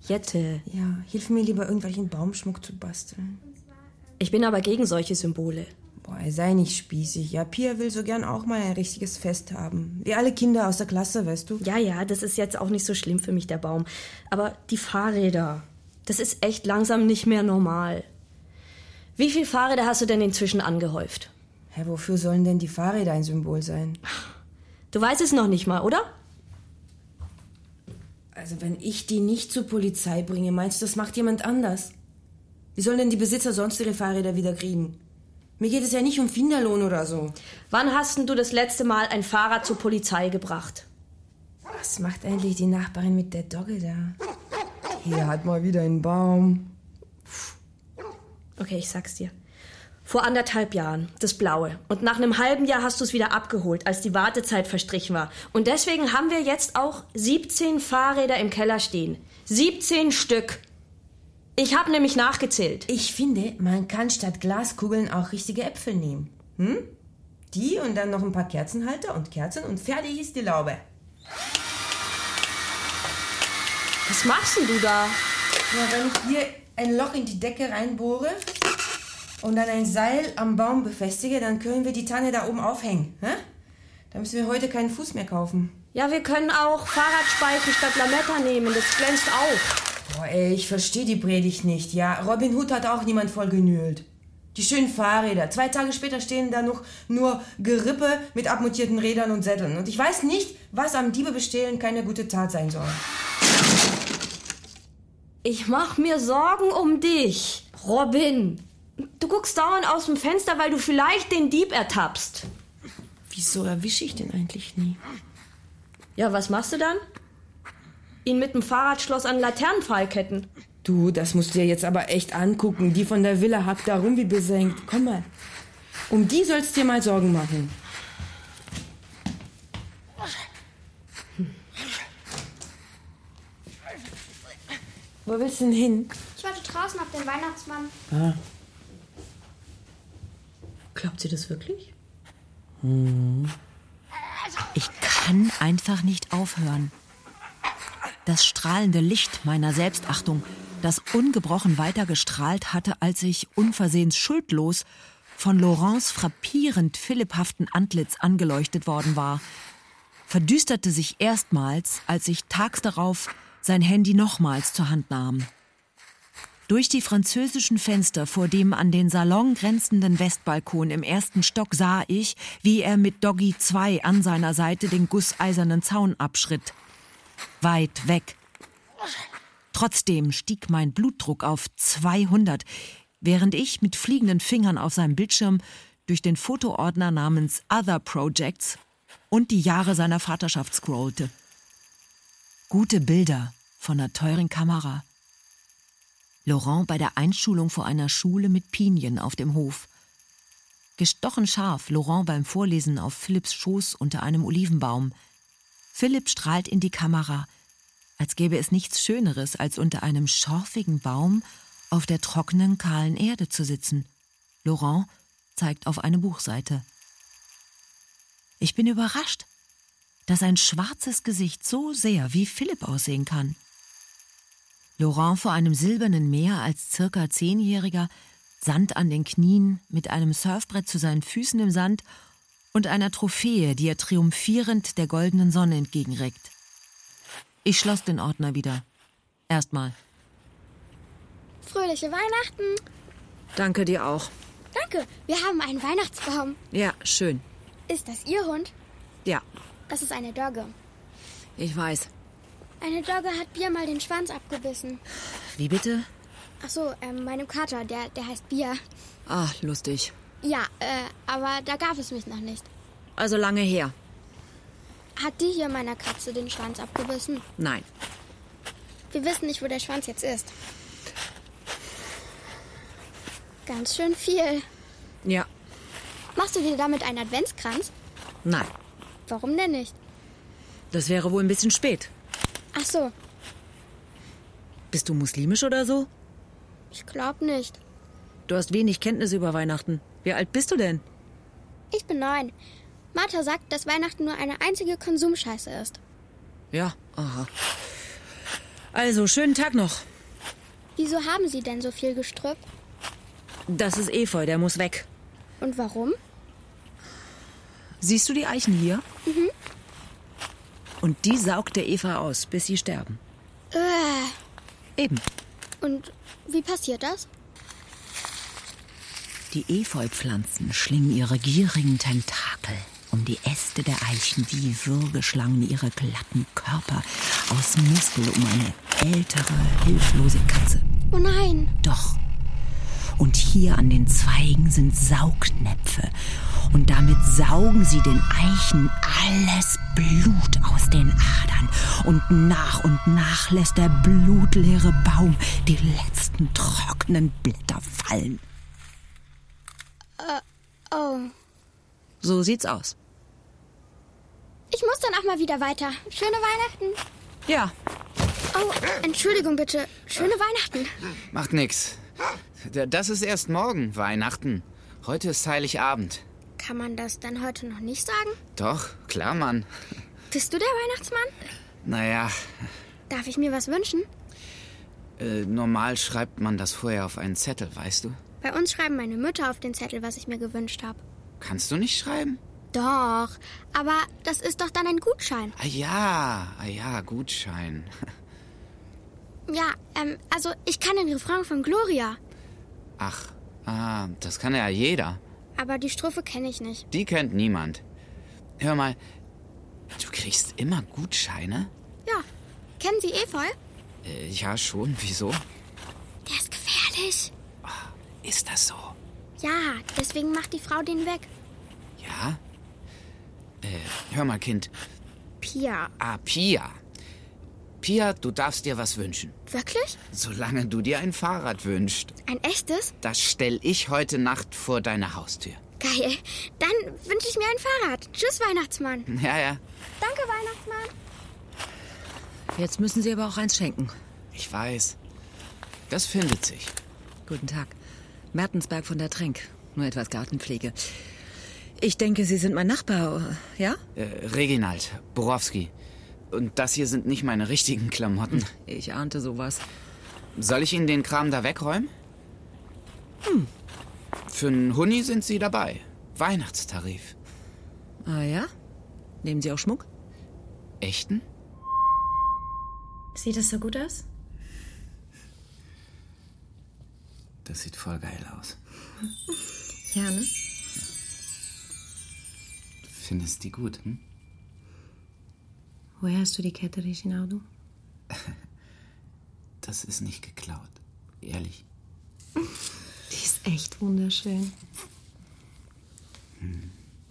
Jette. Ja, hilf mir lieber, irgendwelchen Baumschmuck zu basteln. Ich bin aber gegen solche Symbole. Boah, sei nicht spießig. Ja, Pia will so gern auch mal ein richtiges Fest haben. Wie alle Kinder aus der Klasse, weißt du? Ja, ja, das ist jetzt auch nicht so schlimm für mich, der Baum. Aber die Fahrräder, das ist echt langsam nicht mehr normal. Wie viele Fahrräder hast du denn inzwischen angehäuft? Hä, wofür sollen denn die Fahrräder ein Symbol sein? Du weißt es noch nicht mal, oder? Also, wenn ich die nicht zur Polizei bringe, meinst du, das macht jemand anders? Wie sollen denn die Besitzer sonst ihre Fahrräder wieder kriegen? Mir geht es ja nicht um Finderlohn oder so. Wann hast denn du das letzte Mal ein Fahrrad zur Polizei gebracht? Was macht eigentlich die Nachbarin mit der Dogge da? Hier hat mal wieder einen Baum. Okay, ich sag's dir. Vor anderthalb Jahren, das Blaue. Und nach einem halben Jahr hast du es wieder abgeholt, als die Wartezeit verstrichen war. Und deswegen haben wir jetzt auch 17 Fahrräder im Keller stehen. 17 Stück. Ich habe nämlich nachgezählt. Ich finde, man kann statt Glaskugeln auch richtige Äpfel nehmen. Hm? Die und dann noch ein paar Kerzenhalter und Kerzen und fertig ist die Laube. Was machst denn du da? Ja, wenn ich hier ein Loch in die Decke reinbohre und dann ein Seil am Baum befestige, dann können wir die Tanne da oben aufhängen. Hä? Da müssen wir heute keinen Fuß mehr kaufen. Ja, wir können auch Fahrradspeichen statt Lametta nehmen. Das glänzt auch. Boah, ey, ich verstehe die Predigt nicht, ja. Robin Hood hat auch niemand voll genölt. Die schönen Fahrräder. Zwei Tage später stehen da noch nur Gerippe mit abmontierten Rädern und Sätteln. Und ich weiß nicht, was am Diebe bestehlen keine gute Tat sein soll. Ich mach mir Sorgen um dich, Robin. Du guckst dauernd aus dem Fenster, weil du vielleicht den Dieb ertappst. Wieso erwische ich den eigentlich nie? Ja, was machst du dann? Ihn mit dem Fahrradschloss an Laternenpfahlketten. Du, das musst du dir jetzt aber echt angucken. Die von der Villa hackt da rum wie besenkt. Komm mal. Um die sollst dir mal Sorgen machen. Wo willst du denn hin? Ich warte draußen auf den Weihnachtsmann. Ah. Glaubt sie das wirklich? Hm. Ich kann einfach nicht aufhören. Das strahlende Licht meiner Selbstachtung, das ungebrochen weitergestrahlt hatte, als ich unversehens schuldlos von Laurents frappierend philipphaften Antlitz angeleuchtet worden war, verdüsterte sich erstmals, als ich tags darauf sein Handy nochmals zur Hand nahm. Durch die französischen Fenster vor dem an den Salon grenzenden Westbalkon im ersten Stock sah ich, wie er mit Doggy 2 an seiner Seite den gusseisernen Zaun abschritt. Weit weg. Trotzdem stieg mein Blutdruck auf 200, während ich mit fliegenden Fingern auf seinem Bildschirm durch den Fotoordner namens Other Projects und die Jahre seiner Vaterschaft scrollte. Gute Bilder von einer teuren Kamera. Laurent bei der Einschulung vor einer Schule mit Pinien auf dem Hof. Gestochen scharf Laurent beim Vorlesen auf Philipps Schoß unter einem Olivenbaum. Philipp strahlt in die Kamera, als gäbe es nichts Schöneres, als unter einem schorfigen Baum auf der trockenen, kahlen Erde zu sitzen. Laurent zeigt auf eine Buchseite. Ich bin überrascht, dass ein schwarzes Gesicht so sehr wie Philipp aussehen kann. Laurent vor einem silbernen Meer als circa Zehnjähriger, Sand an den Knien, mit einem Surfbrett zu seinen Füßen im Sand und einer Trophäe, die er triumphierend der goldenen Sonne entgegenreckt. Ich schloss den Ordner wieder. Erstmal. Fröhliche Weihnachten. Danke dir auch. Danke, wir haben einen Weihnachtsbaum. Ja, schön. Ist das Ihr Hund? Ja, Das ist eine Dogge. ich weiß. Eine Dogge hat Bier mal den Schwanz abgebissen. Wie bitte? Ach so, ähm, meinem Kater, der, der heißt Bier. Ach, Ah, lustig. Ja, äh, aber da gab es mich noch nicht. Also lange her. Hat die hier meiner Katze den Schwanz abgebissen? Nein. Wir wissen nicht, wo der Schwanz jetzt ist. Ganz schön viel. Ja, Machst du dir damit einen Adventskranz? nein. Warum denn nicht? Das wäre wohl ein bisschen spät. Ach so, Bist du muslimisch oder so? ich glaub nicht. Du hast wenig Kenntnis über Weihnachten. Wie alt bist du denn? Ich bin neun. Martha sagt, dass Weihnachten nur eine einzige Konsumscheiße ist. Ja, aha. Also, schönen Tag noch. Wieso haben sie denn so viel gestrüpp? Das ist Efeu, der muss weg. Und warum? Siehst du die Eichen hier? Mhm. Und die saugt der Efeu aus, bis sie sterben. Äh, Eben. und wie passiert das? Die Efeupflanzen schlingen ihre gierigen Tentakel um die Äste der Eichen, wie Würgeschlangen ihre glatten Körper aus Muskel um eine ältere, hilflose Katze. Oh nein. Doch. Und hier an den Zweigen sind Saugnäpfe. Und damit saugen sie den Eichen alles Blut aus den Adern. Und nach und nach lässt der blutleere Baum die letzten trockenen Blätter fallen. Äh, oh. So sieht's aus. Ich muss dann auch mal wieder weiter. Schöne Weihnachten. Ja. Oh, Entschuldigung bitte. Schöne Weihnachten. Macht nix. D- Das ist erst morgen, Weihnachten. Heute ist Heiligabend. Kann man das dann heute noch nicht sagen? Doch, klar, Mann. Bist du der Weihnachtsmann? Naja, Darf ich mir was wünschen? äh, normal schreibt man das vorher auf einen Zettel, weißt du? Bei uns schreiben meine Mütter auf den Zettel, was ich mir gewünscht habe. Kannst du nicht schreiben? Doch, aber das ist doch dann ein Gutschein. Ah ja, ah ja, Gutschein. *laughs* Ja, ähm, also ich kann den Refrain von Gloria, Ach, ah, das kann ja jeder. aber die Strophe kenne ich nicht. Die kennt niemand. Hör mal, du kriegst immer Gutscheine? Ja, kennen Sie Efeu? Äh, ja, schon. Wieso? Der ist gefährlich. Oh, Ist das so? Ja, deswegen macht die Frau den weg. Ja? Äh, hör mal, Kind. Pia, Ah, Pia. Pia, du darfst dir was wünschen. wirklich? Solange du dir ein Fahrrad wünschst. Ein echtes? Das stell ich heute Nacht vor deine Haustür. *laughs* Geil. Dann wünsche ich mir ein Fahrrad. Tschüss, Weihnachtsmann. Ja, ja. Danke, Weihnachtsmann. Jetzt müssen Sie aber auch eins schenken. Ich weiß. Das findet sich. Guten Tag. Mertensberg von der Tränk. Nur etwas Gartenpflege. Ich denke, Sie sind mein Nachbar, ja? Äh, Reginald, Borowski. Und das hier sind nicht meine richtigen Klamotten. *laughs* Ich ahnte sowas. Soll ich Ihnen den Kram da wegräumen? Hm. Für einen Huni sind Sie dabei. Weihnachtstarif. Ah ja? Nehmen Sie auch Schmuck? Echten? Sieht das so gut *laughs* aus? Das sieht voll geil aus. Ja, ne? Findest die gut, hm? *laughs* Woher hast du die Kette, Reginaldo? Das ist nicht geklaut. Ehrlich. Die ist echt wunderschön.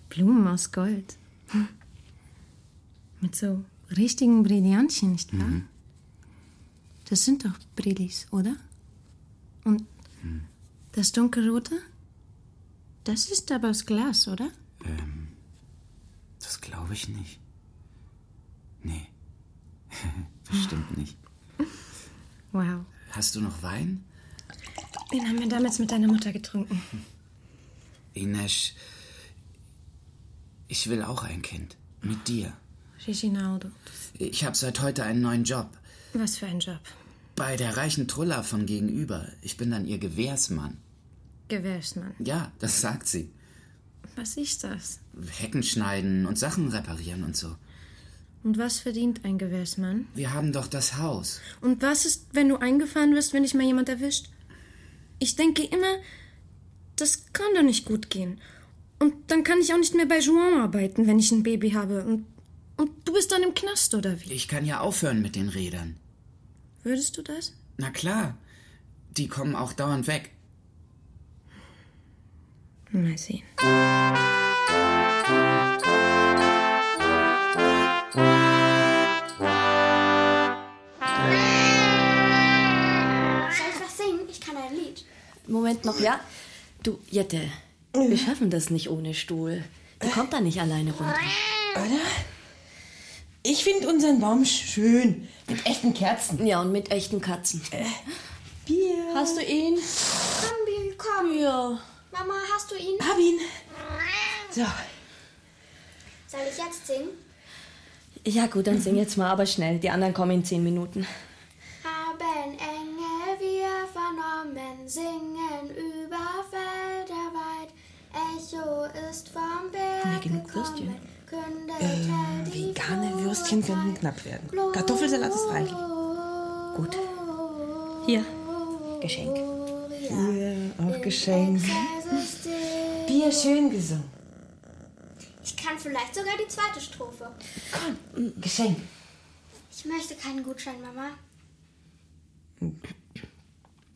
Blumen aus Gold. Hm. Mit so richtigen Brillantchen, nicht wahr? Das sind doch Brillis, oder? Und das dunkelrote? Das ist aber aus Glas, oder? Ähm, das glaube ich nicht. Nee. *laughs* Bestimmt nicht. Wow. Hast du noch Wein? Den haben wir damals mit deiner Mutter getrunken. Ines, ich will auch ein Kind. Mit dir. Reginaldo. Ich habe seit heute einen neuen Job. Was für ein Job. Bei der reichen Trulla von gegenüber. Ich bin dann ihr Gewehrsmann. Gewährsmann. Ja, das sagt sie. Was ist das? Hecken schneiden und Sachen reparieren und so. Und was verdient ein Gewährsmann? Wir haben doch das Haus. Und was ist, wenn du eingefahren wirst, wenn dich mal jemand erwischt? Ich denke immer, das kann doch nicht gut gehen. Und dann kann ich auch nicht mehr bei Juan arbeiten, wenn ich ein Baby habe. Und, und du bist dann im Knast, oder wie? Ich kann ja aufhören mit den Rädern. Würdest du das? Na klar, die kommen auch dauernd weg. Mal sehen. Soll ich was singen? Ich kann ein Lied. Moment noch, ja? Du, Jette, Mhm. wir schaffen das nicht ohne Stuhl. Du kommst da nicht alleine runter. Oder? Ich finde unseren Baum schön. Mit echten Kerzen. Äh. Ja, und mit echten Katzen. Bier. Hast du ihn? Komm, Bill, komm. Ja. Mama, hast du ihn? Hab ihn. So. Soll ich jetzt singen? Ja, gut, dann sing jetzt mal, aber schnell. Die anderen kommen in zehn Minuten. Haben Engel wir vernommen, singen über Felder weit. Echo ist vom Berg gekommen, kündet Äh, vegane Würstchen könnten knapp werden. Kartoffelsalat ist reich. Gut. Hier. Geschenk. Hier, auch Geschenk. Jesus dich. Bier schön gesungen. Ich kann vielleicht sogar die zweite Strophe. Geschenk. Ich möchte keinen Gutschein, Mama.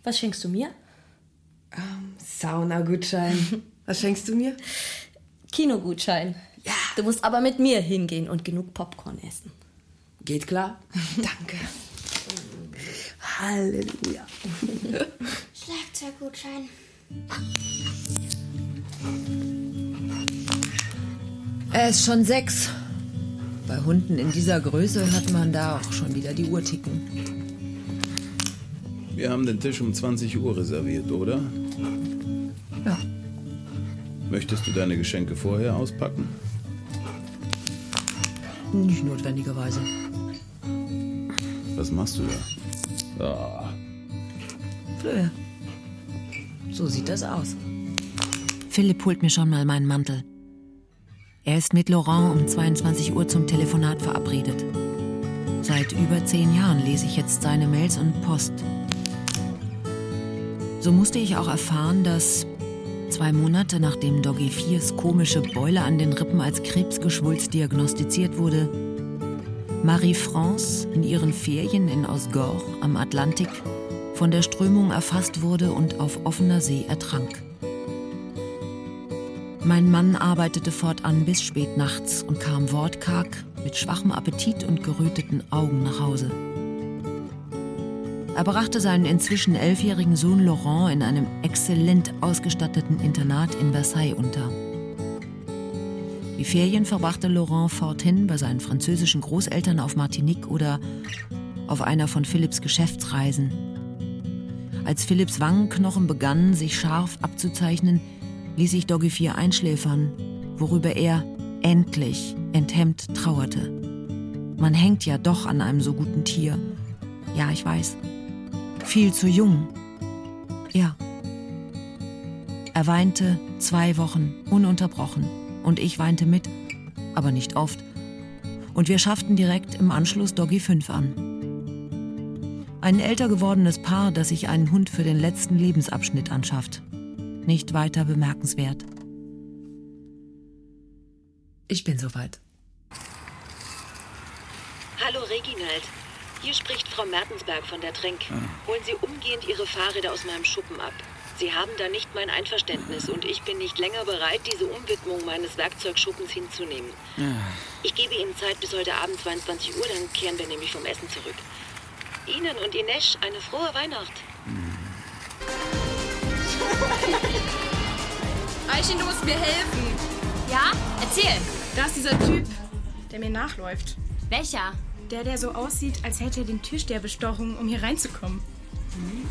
Was schenkst du mir? Ähm, Saunagutschein. *laughs* Was schenkst du mir? Kinogutschein. Ja. Du musst aber mit mir hingehen und genug Popcorn essen. Geht klar. Danke. *laughs* Halleluja. Schlagzeuggutschein. Er ist schon sechs. Bei Hunden in dieser Größe hat man da auch schon wieder die Uhr ticken. Wir haben den Tisch um 20 Uhr reserviert, oder? Ja. Möchtest du deine Geschenke vorher auspacken? Nicht notwendigerweise. Was machst du da? Ah, Flöhe. So sieht das aus. Philipp holt mir schon mal meinen Mantel. Er ist mit Laurent um 22 Uhr zum Telefonat verabredet. Seit über zehn Jahren lese ich jetzt seine Mails und Post. So musste ich auch erfahren, dass zwei Monate nachdem Doggy 4s komische Beule an den Rippen als Krebsgeschwulst diagnostiziert wurde, Marie-France in ihren Ferien in Osgor am Atlantik von der Strömung erfasst wurde und auf offener See ertrank. Mein Mann arbeitete fortan bis spät nachts und kam wortkarg, mit schwachem Appetit und geröteten Augen nach Hause. Er brachte seinen inzwischen elfjährigen Sohn Laurent in einem exzellent ausgestatteten Internat in Versailles unter. Die Ferien verbrachte Laurent forthin bei seinen französischen Großeltern auf Martinique oder auf einer von Philipps Geschäftsreisen. Als Philipps Wangenknochen begannen, sich scharf abzuzeichnen, ließ sich Doggy 4 einschläfern, worüber er endlich enthemmt trauerte. Man hängt ja doch an einem so guten Tier. Ja, ich weiß. Viel zu jung. Ja. Er weinte zwei Wochen ununterbrochen und ich weinte mit, aber nicht oft. Und wir schafften direkt im Anschluss Doggy 5 an. Ein älter gewordenes Paar, das sich einen Hund für den letzten Lebensabschnitt anschafft nicht weiter bemerkenswert. Ich bin soweit. Hallo Reginald. Hier spricht Frau Mertensberg von der Trink. Holen Sie umgehend Ihre Fahrräder aus meinem Schuppen ab. Sie haben da nicht mein Einverständnis und ich bin nicht länger bereit, diese Umwidmung meines Werkzeugschuppens hinzunehmen. Ich gebe Ihnen Zeit bis heute Abend 22 Uhr, dann kehren wir nämlich vom Essen zurück. Ihnen und Ines eine frohe Weihnacht. Eichen, du musst mir helfen. Ja? Erzähl. Da ist dieser Typ, der mir nachläuft. Welcher? Der, der so aussieht, als hätte er den Türsteher bestochen, um hier reinzukommen. Hm?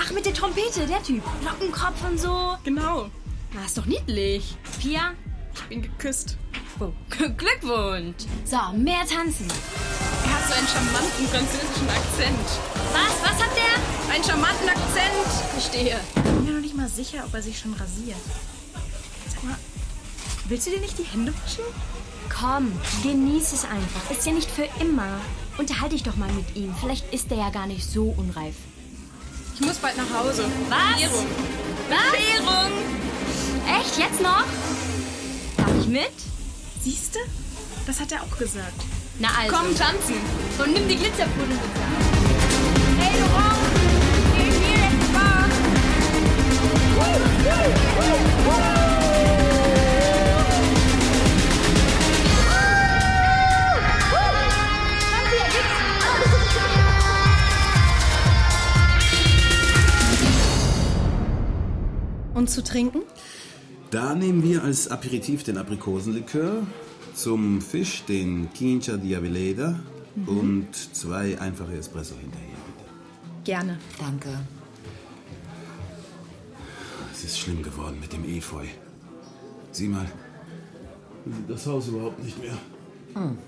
Ach, mit der Trompete, der Typ. Lockenkopf und so. Genau. Na, ist doch niedlich. Pia? Ich bin geküsst. Oh, Glückwunsch. So, mehr tanzen. Er hat so einen charmanten französischen Akzent. Was? Was hat der? Einen charmanten Akzent. Verstehe. Ich bin mir noch nicht mal sicher, ob er sich schon rasiert. Sag mal, willst du dir nicht die Hände waschen? Komm, genieß es einfach. Ist ja nicht für immer. Unterhalte dich doch mal mit ihm. Vielleicht ist er ja gar nicht so unreif. Ich muss bald nach Hause. Was? Bescherung. Was? Bescherung. Echt? Jetzt noch? Darf ich mit? Siehste? Das hat er auch gesagt. Na also. Komm, tanzen. Und nimm die Glitzerpuddel mit. Hey, Laurent. Und zu trinken? Da nehmen wir als Aperitif den Aprikosenlikör, zum Fisch den Quincha di Aveleda Mhm. und zwei einfache Espresso hinterher. Gerne. Danke. Es ist schlimm geworden mit dem Efeu. Sieh mal, man sieht das Haus überhaupt nicht mehr. Hm.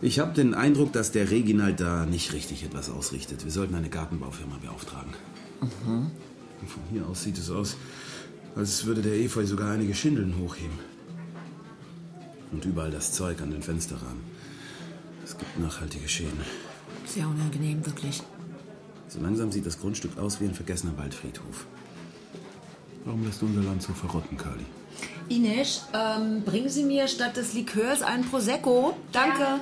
Ich habe den Eindruck, dass der Reginald da nicht richtig etwas ausrichtet. Wir sollten eine Gartenbaufirma beauftragen. Mhm. Und von hier aus sieht es aus, als würde der Efeu sogar einige Schindeln hochheben. Und überall das Zeug an den Fensterrahmen. Es gibt nachhaltige Schäden. Sehr unangenehm, wirklich. So langsam sieht das Grundstück aus wie ein vergessener Waldfriedhof. Warum lässt du unser Land so verrotten, Carly? Ines, ähm, bringen Sie mir statt des Likörs einen Prosecco. Danke.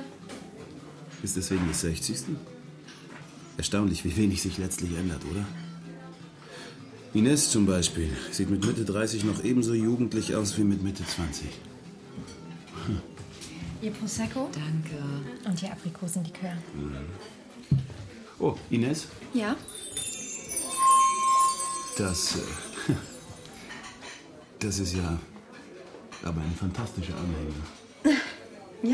Ist deswegen das 60. Erstaunlich, wie wenig sich letztlich ändert, oder? Ines zum Beispiel sieht mit Mitte 30 noch ebenso jugendlich aus wie mit Mitte 20. Hm. Ihr Prosecco? Danke. Und Ihr Aprikosenlikör. Oh, Ines, Ja? *laughs* das. Äh, *laughs* das ist ja. Aber ein fantastischer Anhänger.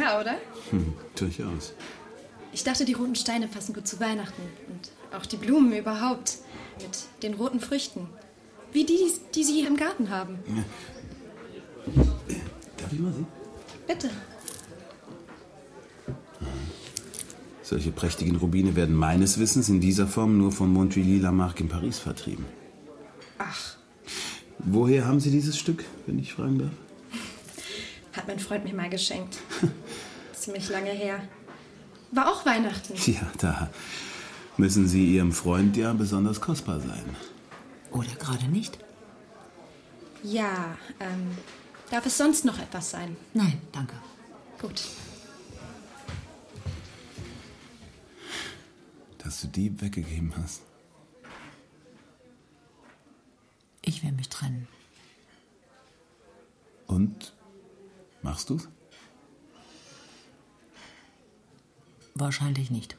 Ja, oder? Hm, durchaus. Ich dachte, die roten Steine passen gut zu Weihnachten. Und auch die Blumen überhaupt. Mit den roten Früchten. Wie die, die Sie hier im Garten haben. Darf ich mal sehen? Bitte. Solche prächtigen Rubine werden meines Wissens in dieser Form nur von Montuilly Lamarck in Paris vertrieben. Ach. Woher haben Sie dieses Stück, wenn ich fragen darf? Hat mein Freund mir *laughs* mal geschenkt. Ziemlich lange her. War auch Weihnachten. Ja, da müssen Sie Ihrem Freund ja besonders kostbar sein. Oder gerade nicht? Ja, ähm, darf es sonst noch etwas sein? Nein, danke. Gut. Dass du die weggegeben hast. Ich will mich trennen. Und? Machst du's? Wahrscheinlich nicht.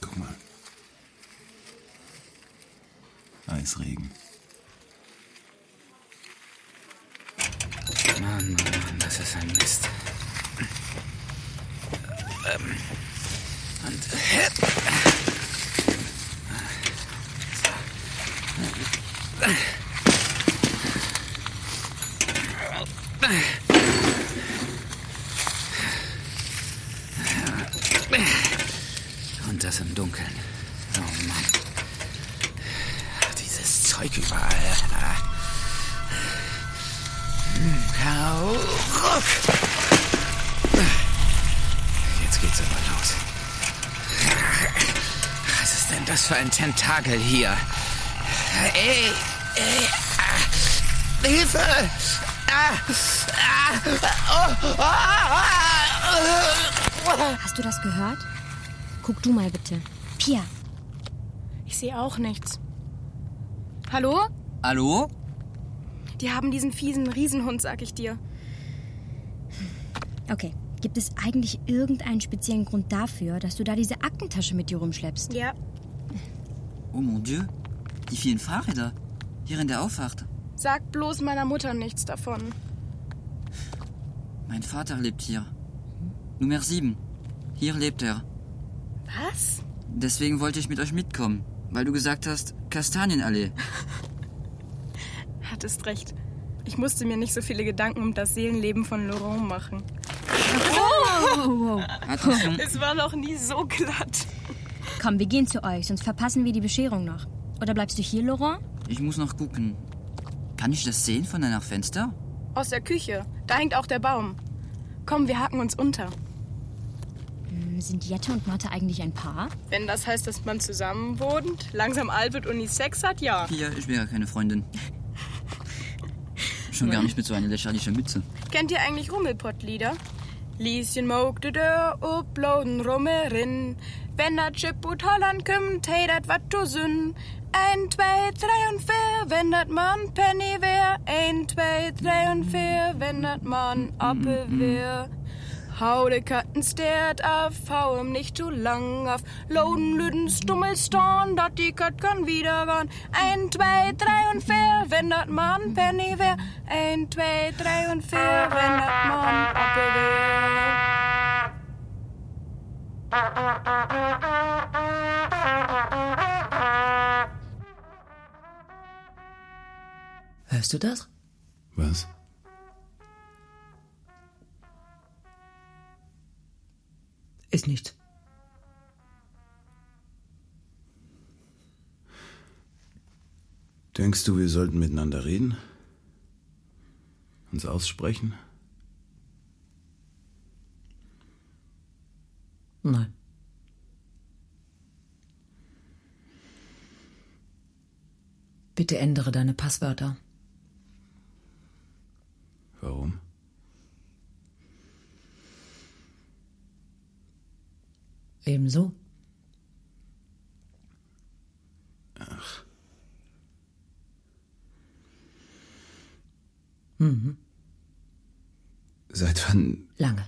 Guck mal. Eisregen. Mann, Mann, Mann, das ist ein Mist. Ähm. Und. Und das im Dunkeln. Oh Mann. Dieses Zeug überall. Hm, Hau ruck. Jetzt geht's aber los. Was ist denn das für ein Tentakel hier? Ey, ey, ah, Hilfe! Ah, ah, oh, oh, ah, ah. Hast du das gehört? Guck du mal bitte. Pia. Ich sehe auch nichts. Hallo? Hallo? Die haben diesen fiesen Riesenhund, sag ich dir. Okay. Gibt es eigentlich irgendeinen speziellen Grund dafür, dass du da diese Aktentasche mit dir rumschleppst? Ja. Oh mon Dieu. Die vielen Fahrräder. Hier in der Auffahrt. Sag bloß meiner Mutter nichts davon. Mein Vater lebt hier. Nummer 7. Hier lebt er. Was? Deswegen wollte ich mit euch mitkommen, weil du gesagt hast, Kastanienallee. Hattest recht. Ich musste mir nicht so viele Gedanken um das Seelenleben von Laurent machen. Attention. Es war noch nie so glatt. Komm, wir gehen zu euch, sonst verpassen wir die Bescherung noch. Oder bleibst du hier, Laurent? Ich muss noch gucken. Kann ich das sehen von einem Fenster? Aus der Küche. Da hängt auch der Baum. Komm, wir haken uns unter. Hm, Sind Jette und Martha eigentlich ein Paar? Wenn das heißt, dass man zusammen wohnt, langsam alt wird und nie Sex hat, ja. Hier, ich wäre keine Freundin. Schon gar nicht mit so einer lächerlichen Mütze. Kennt ihr eigentlich Rummelpottlieder? Lieschen moogde dør op loden rummerin. Wenn der Chip ut Holland kümmt, hey, dat wat du sünn. Ein, zwei, drei und vier, wenn dat man Penny wär. Ein, zwei, drei und vier, wenn dat man Oppe wär. Hau de Katten stert auf, hau ihm um nicht zu lang auf. Loden lüden stummel storn, dat die Kat kann wieder warn. Ein, zwei, drei und vier, wenn dat man Penny wär. Ein, zwei, drei und vier, wenn dat man Oppe wär. Hörst du das? Was? Ist nichts. Denkst du, wir sollten miteinander reden? Uns aussprechen? Nein. Bitte ändere deine Passwörter. Warum? Ebenso. Ach. Mhm. Seit wann? Lange.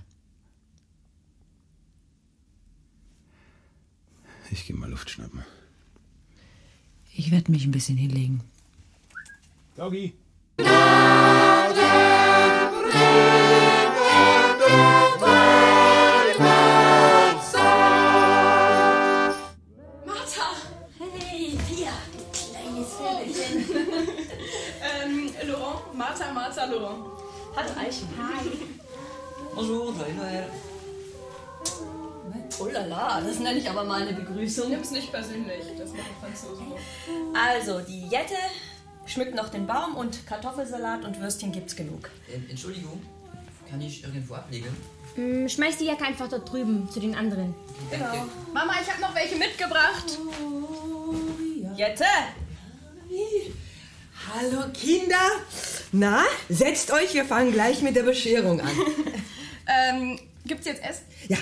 Ich gehe mal Luft schnappen. Ich werde mich ein bisschen hinlegen. Doggy. Martha! Hey, Pia, du kleines Fällchen. ähm, Laurent, Martha, Martha, Laurent. Hat Eichen. Hi. Bonjour, Oh la la, das nenne ich aber mal eine Begrüßung. Nimm's nicht persönlich, das machen Franzosen. Also, die Jette schmückt noch den Baum und Kartoffelsalat und Würstchen gibt's genug. Ähm, Entschuldigung, kann ich irgendwo ablegen? Hm, schmeiß die Jacke einfach dort drüben zu den anderen. Genau. Mama, ich habe noch welche mitgebracht. Jette! Hallo Kinder! Na, setzt euch, wir fangen gleich mit der Bescherung an. ähm, gibt's jetzt Essen? Ja,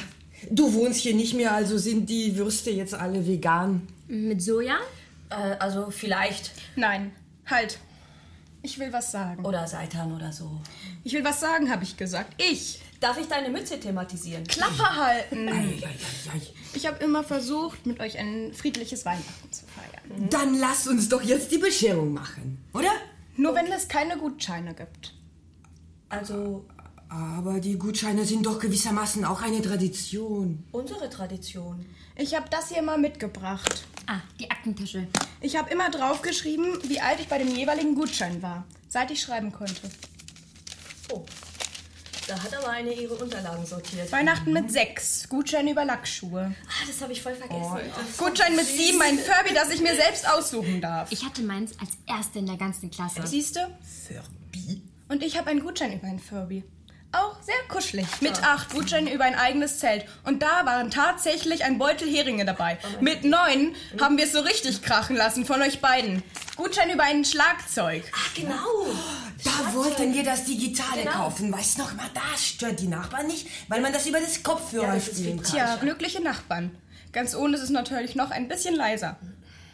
du wohnst hier nicht mehr, also sind die Würste jetzt alle vegan. Mit Soja? also vielleicht. Nein, halt. Ich will was sagen. Oder Seitan oder so. Ich will was sagen, habe ich gesagt. Ich. Darf ich deine Mütze thematisieren? Klappe halten. Ich habe immer versucht, mit euch ein friedliches Weihnachten zu feiern. Dann lasst uns doch jetzt die Bescherung machen, oder? Nur wenn es keine Gutscheine gibt. Also Aber die Gutscheine sind doch gewissermaßen auch eine Tradition. unsere Tradition. Ich habe das hier mal mitgebracht. Ah, die Aktentasche. Ich habe immer draufgeschrieben, wie alt ich bei dem jeweiligen Gutschein war, seit ich schreiben konnte. Da hat aber eine ihre Unterlagen sortiert. Weihnachten mit sechs, Gutschein über Lackschuhe. Ah, das habe ich voll vergessen. Oh, Gutschein mit sieben, ein Furby, das ich mir selbst aussuchen darf. Ich hatte meins als erste in der ganzen Klasse. Siehst du? Und ich habe einen Gutschein über ein Furby. Auch sehr kuschelig. Mit acht Gutscheinen über ein eigenes Zelt. Und da waren tatsächlich ein Beutel Heringe dabei. Oh Mit neun haben wir es so richtig krachen lassen von euch beiden. Gutschein über ein Schlagzeug. Genau. Da wollten wir das Digitale Genau. kaufen. Weißt noch mal, das stört die Nachbarn nicht, weil man das über das Kopfhörer spielen kann. Tja, glückliche Nachbarn. Ganz ohne ist es natürlich noch ein bisschen leiser.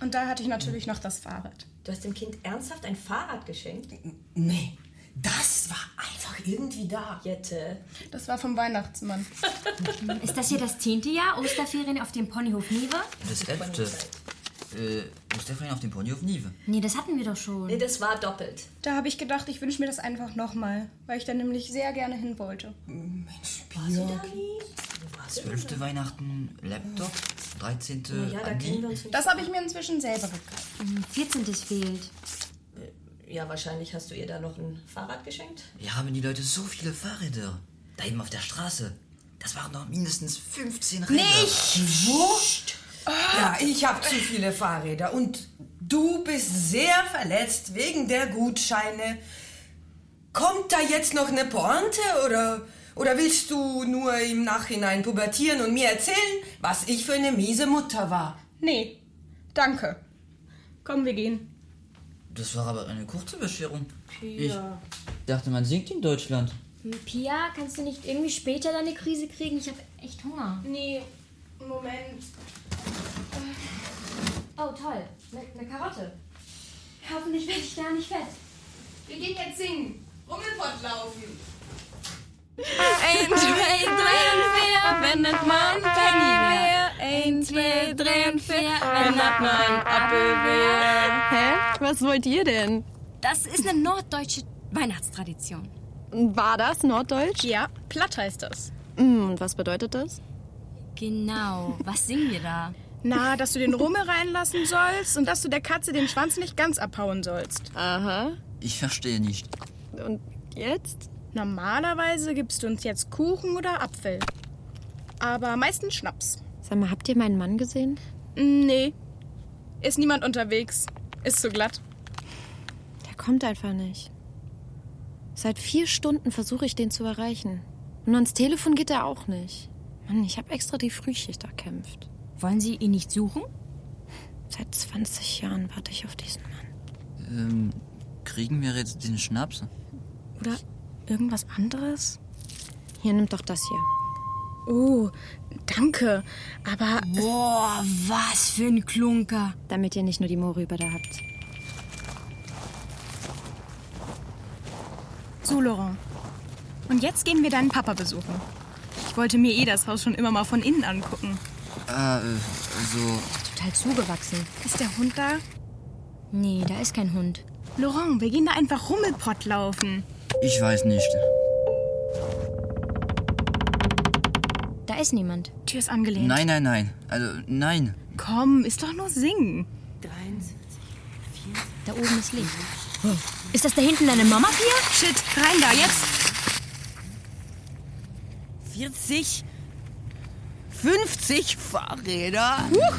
Und da hatte ich natürlich noch das Fahrrad. Du hast dem Kind ernsthaft ein Fahrrad geschenkt? Nee, das war einfach irgendwie da. Jette. Das war vom Weihnachtsmann. Ist das hier das zehnte Jahr Osterferien auf dem Ponyhof Nive? Das elfte. Äh, Stefan auf dem Ponyhof Nive. Nee, das hatten wir doch schon. Nee, das war doppelt. Da habe ich gedacht, ich wünsche mir das einfach nochmal, weil ich da nämlich sehr gerne hin wollte. Mm, Mensch, Zwölfte Weihnachten Laptop. 13. Annie. Das habe ich mir inzwischen selber gekauft. 14. fehlt. Ja, wahrscheinlich hast du ihr da noch ein Fahrrad geschenkt. Hier haben die Leute so viele Fahrräder. Da eben auf der Straße. Das waren doch mindestens 15 Räder. Nicht! Wurscht! Ja, ich habe zu viele Fahrräder und du bist sehr verletzt wegen der Gutscheine. Kommt da jetzt noch eine Pointe oder, oder willst du nur im Nachhinein pubertieren und mir erzählen, was ich für eine miese Mutter war? Nee, danke. Komm, wir gehen. Das war aber eine kurze Bescherung. Pia. Ich dachte, man singt in Deutschland. Hm, Pia, kannst du nicht irgendwie später deine Krise kriegen? Ich habe echt Hunger. Nee, Moment. Oh, toll. Eine Karotte. Hoffentlich werde ich da nicht fett. Wir gehen jetzt singen. Rummelpott laufen. Ein, zwei, drei und vier, wendet man Pennywehr. Ein, zwei, drei und vier, wendet man Apfelwehr. Hä? Was wollt ihr denn? Das ist eine norddeutsche Weihnachtstradition. War das Norddeutsch? Ja, platt heißt das. Und was bedeutet das? Genau. Was singen wir da? Na, dass du den Rummel reinlassen sollst und dass du der Katze den Schwanz nicht ganz abhauen sollst. Aha. Ich verstehe nicht. Und jetzt? Normalerweise gibst du uns jetzt Kuchen oder Apfel. Aber meistens Schnaps. Mm, Sag mal, habt ihr meinen Mann gesehen? Nee. Ist niemand unterwegs. Ist zu glatt. Der kommt einfach nicht. Seit vier Stunden versuche ich, den zu erreichen. Und ans Telefon geht er auch nicht. Mann, ich habe extra die Frühschicht erkämpft. Wollen Sie ihn nicht suchen? Seit 20 Jahren warte ich auf diesen Mann. Ähm, kriegen wir jetzt den Schnaps? Oder irgendwas anderes? Hier, nimm doch das hier. Oh, danke. Aber. Boah, was für ein Klunker. Damit ihr nicht nur die Moorrüber da habt. So, Laurent. Und jetzt gehen wir deinen Papa besuchen. Ich wollte mir eh das Haus schon immer mal von innen angucken. Ah, äh, also. Total zugewachsen. Ist der Hund da? Nee, da ist kein Hund. Laurent, wir gehen da einfach Rummelpott laufen. Ich weiß nicht. Da ist niemand. Tür ist angelehnt. Nein, nein, nein. Also, nein. Komm, ist doch nur singen. Da oben ist Licht. Ist das da hinten deine Mama, Pia? Shit, rein da, jetzt. 40? 50 Fahrräder. Huch.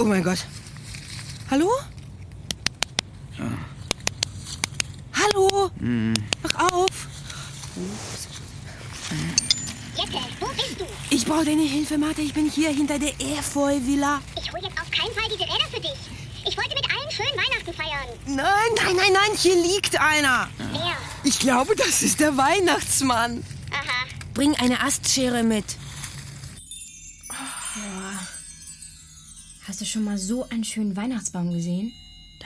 Oh mein Gott. Hallo? Hallo? Hm. Mach auf. Jette, wo bist du? Ich brauche deine Hilfe, Martha. Ich bin hier hinter der Efeu-Villa. Ich hole jetzt auf keinen Fall diese Räder für dich. Ich wollte mit allen schön Weihnachten feiern. Nein, nein, nein, nein. Hier liegt einer. Wer? Ich glaube, das ist der Weihnachtsmann. Aha. Bring eine Astschere mit. Hast du schon mal so einen schönen Weihnachtsbaum gesehen?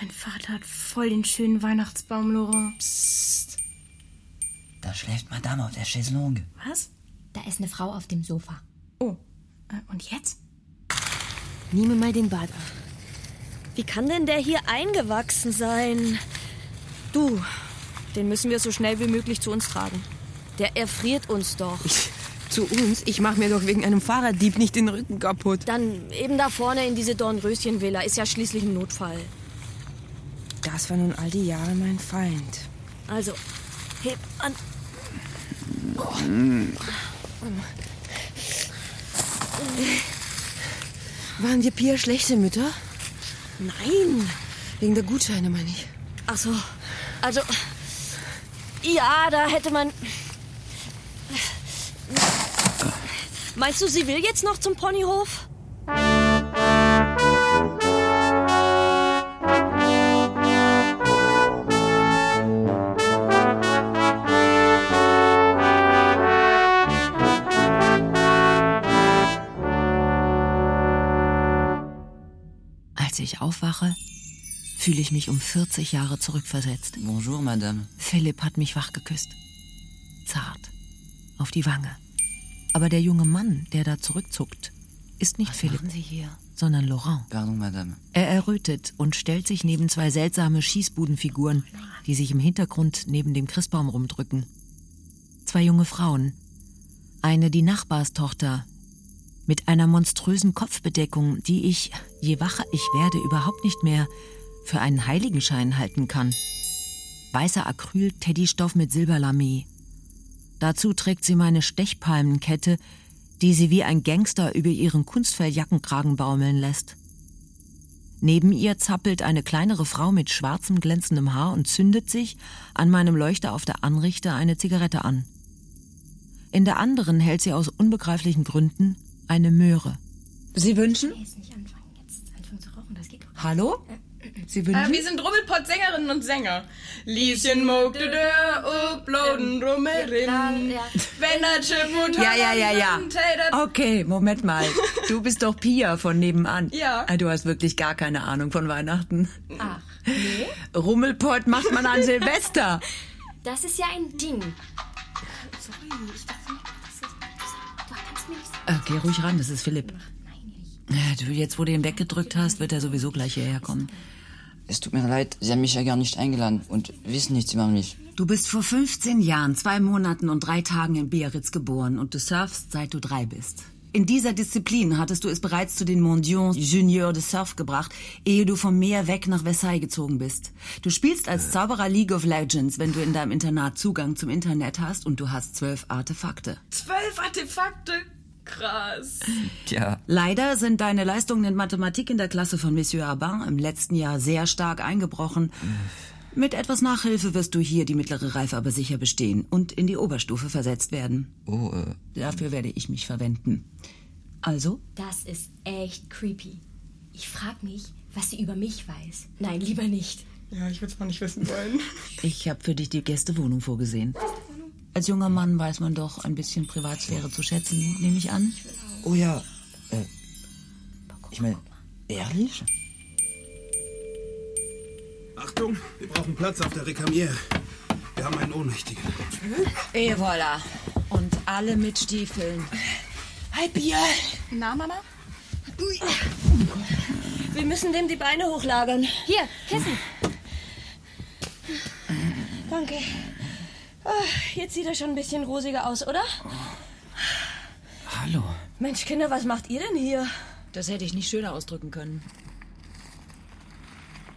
Dein Vater hat voll den schönen Weihnachtsbaum, Laurent. Psst. Da schläft Madame auf der Chaiselongue. Was? Da ist eine Frau auf dem Sofa. Oh, und jetzt? Nehme mal den Bart ab. Wie kann denn der hier eingewachsen sein? Du, den müssen wir so schnell wie möglich zu uns tragen. Der erfriert uns doch. Zu uns? Ich mache mir doch wegen einem Fahrraddieb nicht den Rücken kaputt. Dann eben da vorne in diese Dornröschenvilla ist ja schließlich ein Notfall. Das war nun all die Jahre mein Feind. Also, heb an. Waren wir Pia schlechte Mütter? Nein, wegen der Gutscheine meine ich. Ach so, also. Ja, da hätte man. Meinst du, sie will jetzt noch zum Ponyhof? Als ich aufwache, fühle ich mich um 40 Jahre zurückversetzt. Bonjour, Madame. Philipp hat mich wach geküsst. Zart. Auf die Wange. Aber der junge Mann, der da zurückzuckt, ist nicht Philipp, sondern Laurent. Pardon, Madame. Er errötet und stellt sich neben zwei seltsame Schießbudenfiguren, die sich im Hintergrund neben dem Christbaum rumdrücken. Zwei junge Frauen. Eine die Nachbarstochter mit einer monströsen Kopfbedeckung, die ich, je wacher ich werde, überhaupt nicht mehr für einen Heiligenschein halten kann. Weißer Acryl-Teddystoff mit Silberlamee. Dazu trägt sie meine Stechpalmenkette, die sie wie ein Gangster über ihren Kunstfelljackenkragen baumeln lässt. Neben ihr zappelt eine kleinere Frau mit schwarzem glänzendem Haar und zündet sich an meinem Leuchter auf der Anrichte eine Zigarette an. In der anderen hält sie aus unbegreiflichen Gründen eine Möhre. Sie wünschen? Hallo? Sie Äh, wir sind Rummelpott-Sängerinnen und Sänger. Lieschen mogte der Uploaden Rummerin. Wenn er Chip Ja, ja, ja, ja. Okay, Moment *laughs* mal. Du bist doch Pia von nebenan. Ja. Ah, Du hast wirklich gar keine Ahnung von Weihnachten. Ach, nee. Rummelpott macht man an *laughs* Silvester. Das ist ja ein Ding. Sorry, ich dachte nicht, dass das Du kannst mir nicht Ah, Geh ruhig ran, das ist Philipp. Ja, Du, jetzt, wo du ihn weggedrückt hast, wird er sowieso gleich hierher kommen. Es tut mir leid, Sie haben mich ja gar nicht eingeladen und wissen nichts über mich. Du bist vor 15 Jahren, zwei Monaten und drei Tagen in Biarritz geboren und du surfst, seit du drei bist. In dieser Disziplin hattest du es bereits zu den Mondions Junior de Surf gebracht, ehe du vom Meer weg nach Versailles gezogen bist. Du spielst als Zauberer League of Legends, wenn du in deinem Internat Zugang zum Internet hast und du hast zwölf Artefakte. Zwölf Artefakte. Krass. Tja. Leider sind deine Leistungen in Mathematik in der Klasse von Monsieur Abin im letzten Jahr sehr stark eingebrochen. Mit etwas Nachhilfe wirst du hier die mittlere Reife aber sicher bestehen und in die Oberstufe versetzt werden. Oh, äh, Dafür werde ich mich verwenden. Also? Das ist echt creepy. Ich frag mich, was sie über mich weiß. Nein, lieber nicht. Ja, ich würde es auch nicht wissen wollen. Ich habe für dich die Gästewohnung vorgesehen. Als junger Mann weiß man doch ein bisschen Privatsphäre zu schätzen, nehme ich an. oh ja. Äh, ich meine, ehrlich? Achtung, wir brauchen Platz auf der Rekamier. Wir haben einen Ohnmächtigen. Hm? Et voilà. Und alle mit Stiefeln. Hi, Halt Bier. Na, Mama? Wir müssen dem die Beine hochlagern. Hier, Kissen. Danke. Ah, jetzt sieht er schon ein bisschen rosiger aus, oder? Hallo. Mensch, Kinder, was macht ihr denn hier? Das hätte ich nicht schöner ausdrücken können.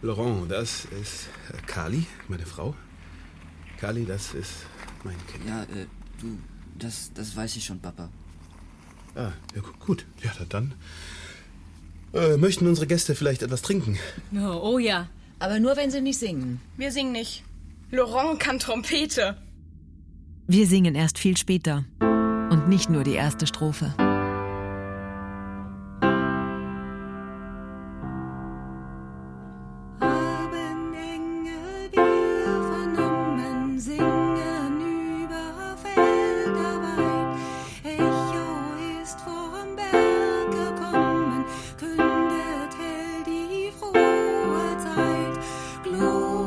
Laurent, das ist äh, Kali, meine Frau. Kali, das ist mein Kind. Ja, äh, du, das, das weiß ich schon, Papa. Ah, ja, gu- gut. Ja, na dann. Äh, möchten unsere Gäste vielleicht etwas trinken? Oh ja, aber nur wenn sie nicht singen. Wir singen nicht. Laurent kann Trompete. Wir singen erst viel später. Und nicht nur die erste Strophe. Stimmen singen über Felder weit. Echo ist vom Berg gekommen, kündet hell die frohe Zeit.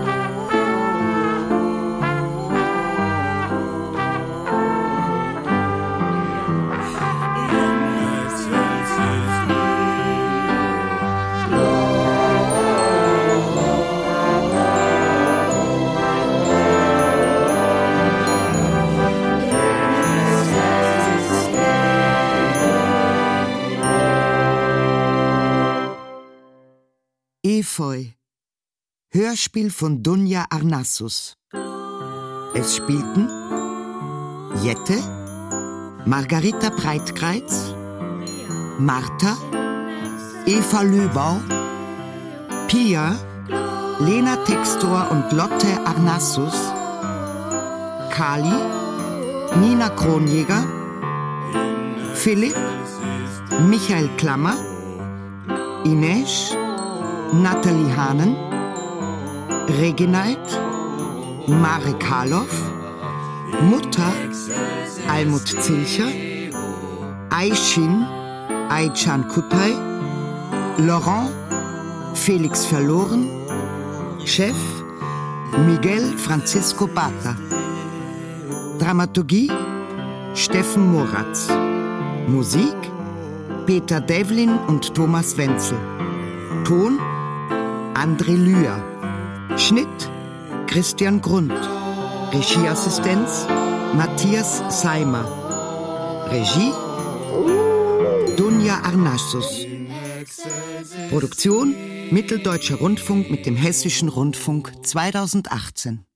Efeu. Hörspiel von Dunja Arnassus. Es spielten Jette, Margarita Breitkreitz, Martha, Eva Löbau, Pia, Lena Textor und Lotte Arnassus, Kali, Nina Kronjäger, Philipp, Michael Klammer, Ines, Nathalie Hahnen, Reginald, Marek Harloff, Mutter, Almut Zilcher, Aishin, Aichan Kutai, Laurent, Felix Verloren, Chef, Miguel Francisco Bata. Dramaturgie, Steffen Moratz. Musik, Peter Devlin und Thomas Wenzel. Ton André Lühr. Schnitt Christian Grund. Regieassistenz Matthias Seimer. Regie Dunja Arnassus. Produktion Mitteldeutscher Rundfunk mit dem Hessischen Rundfunk 2018.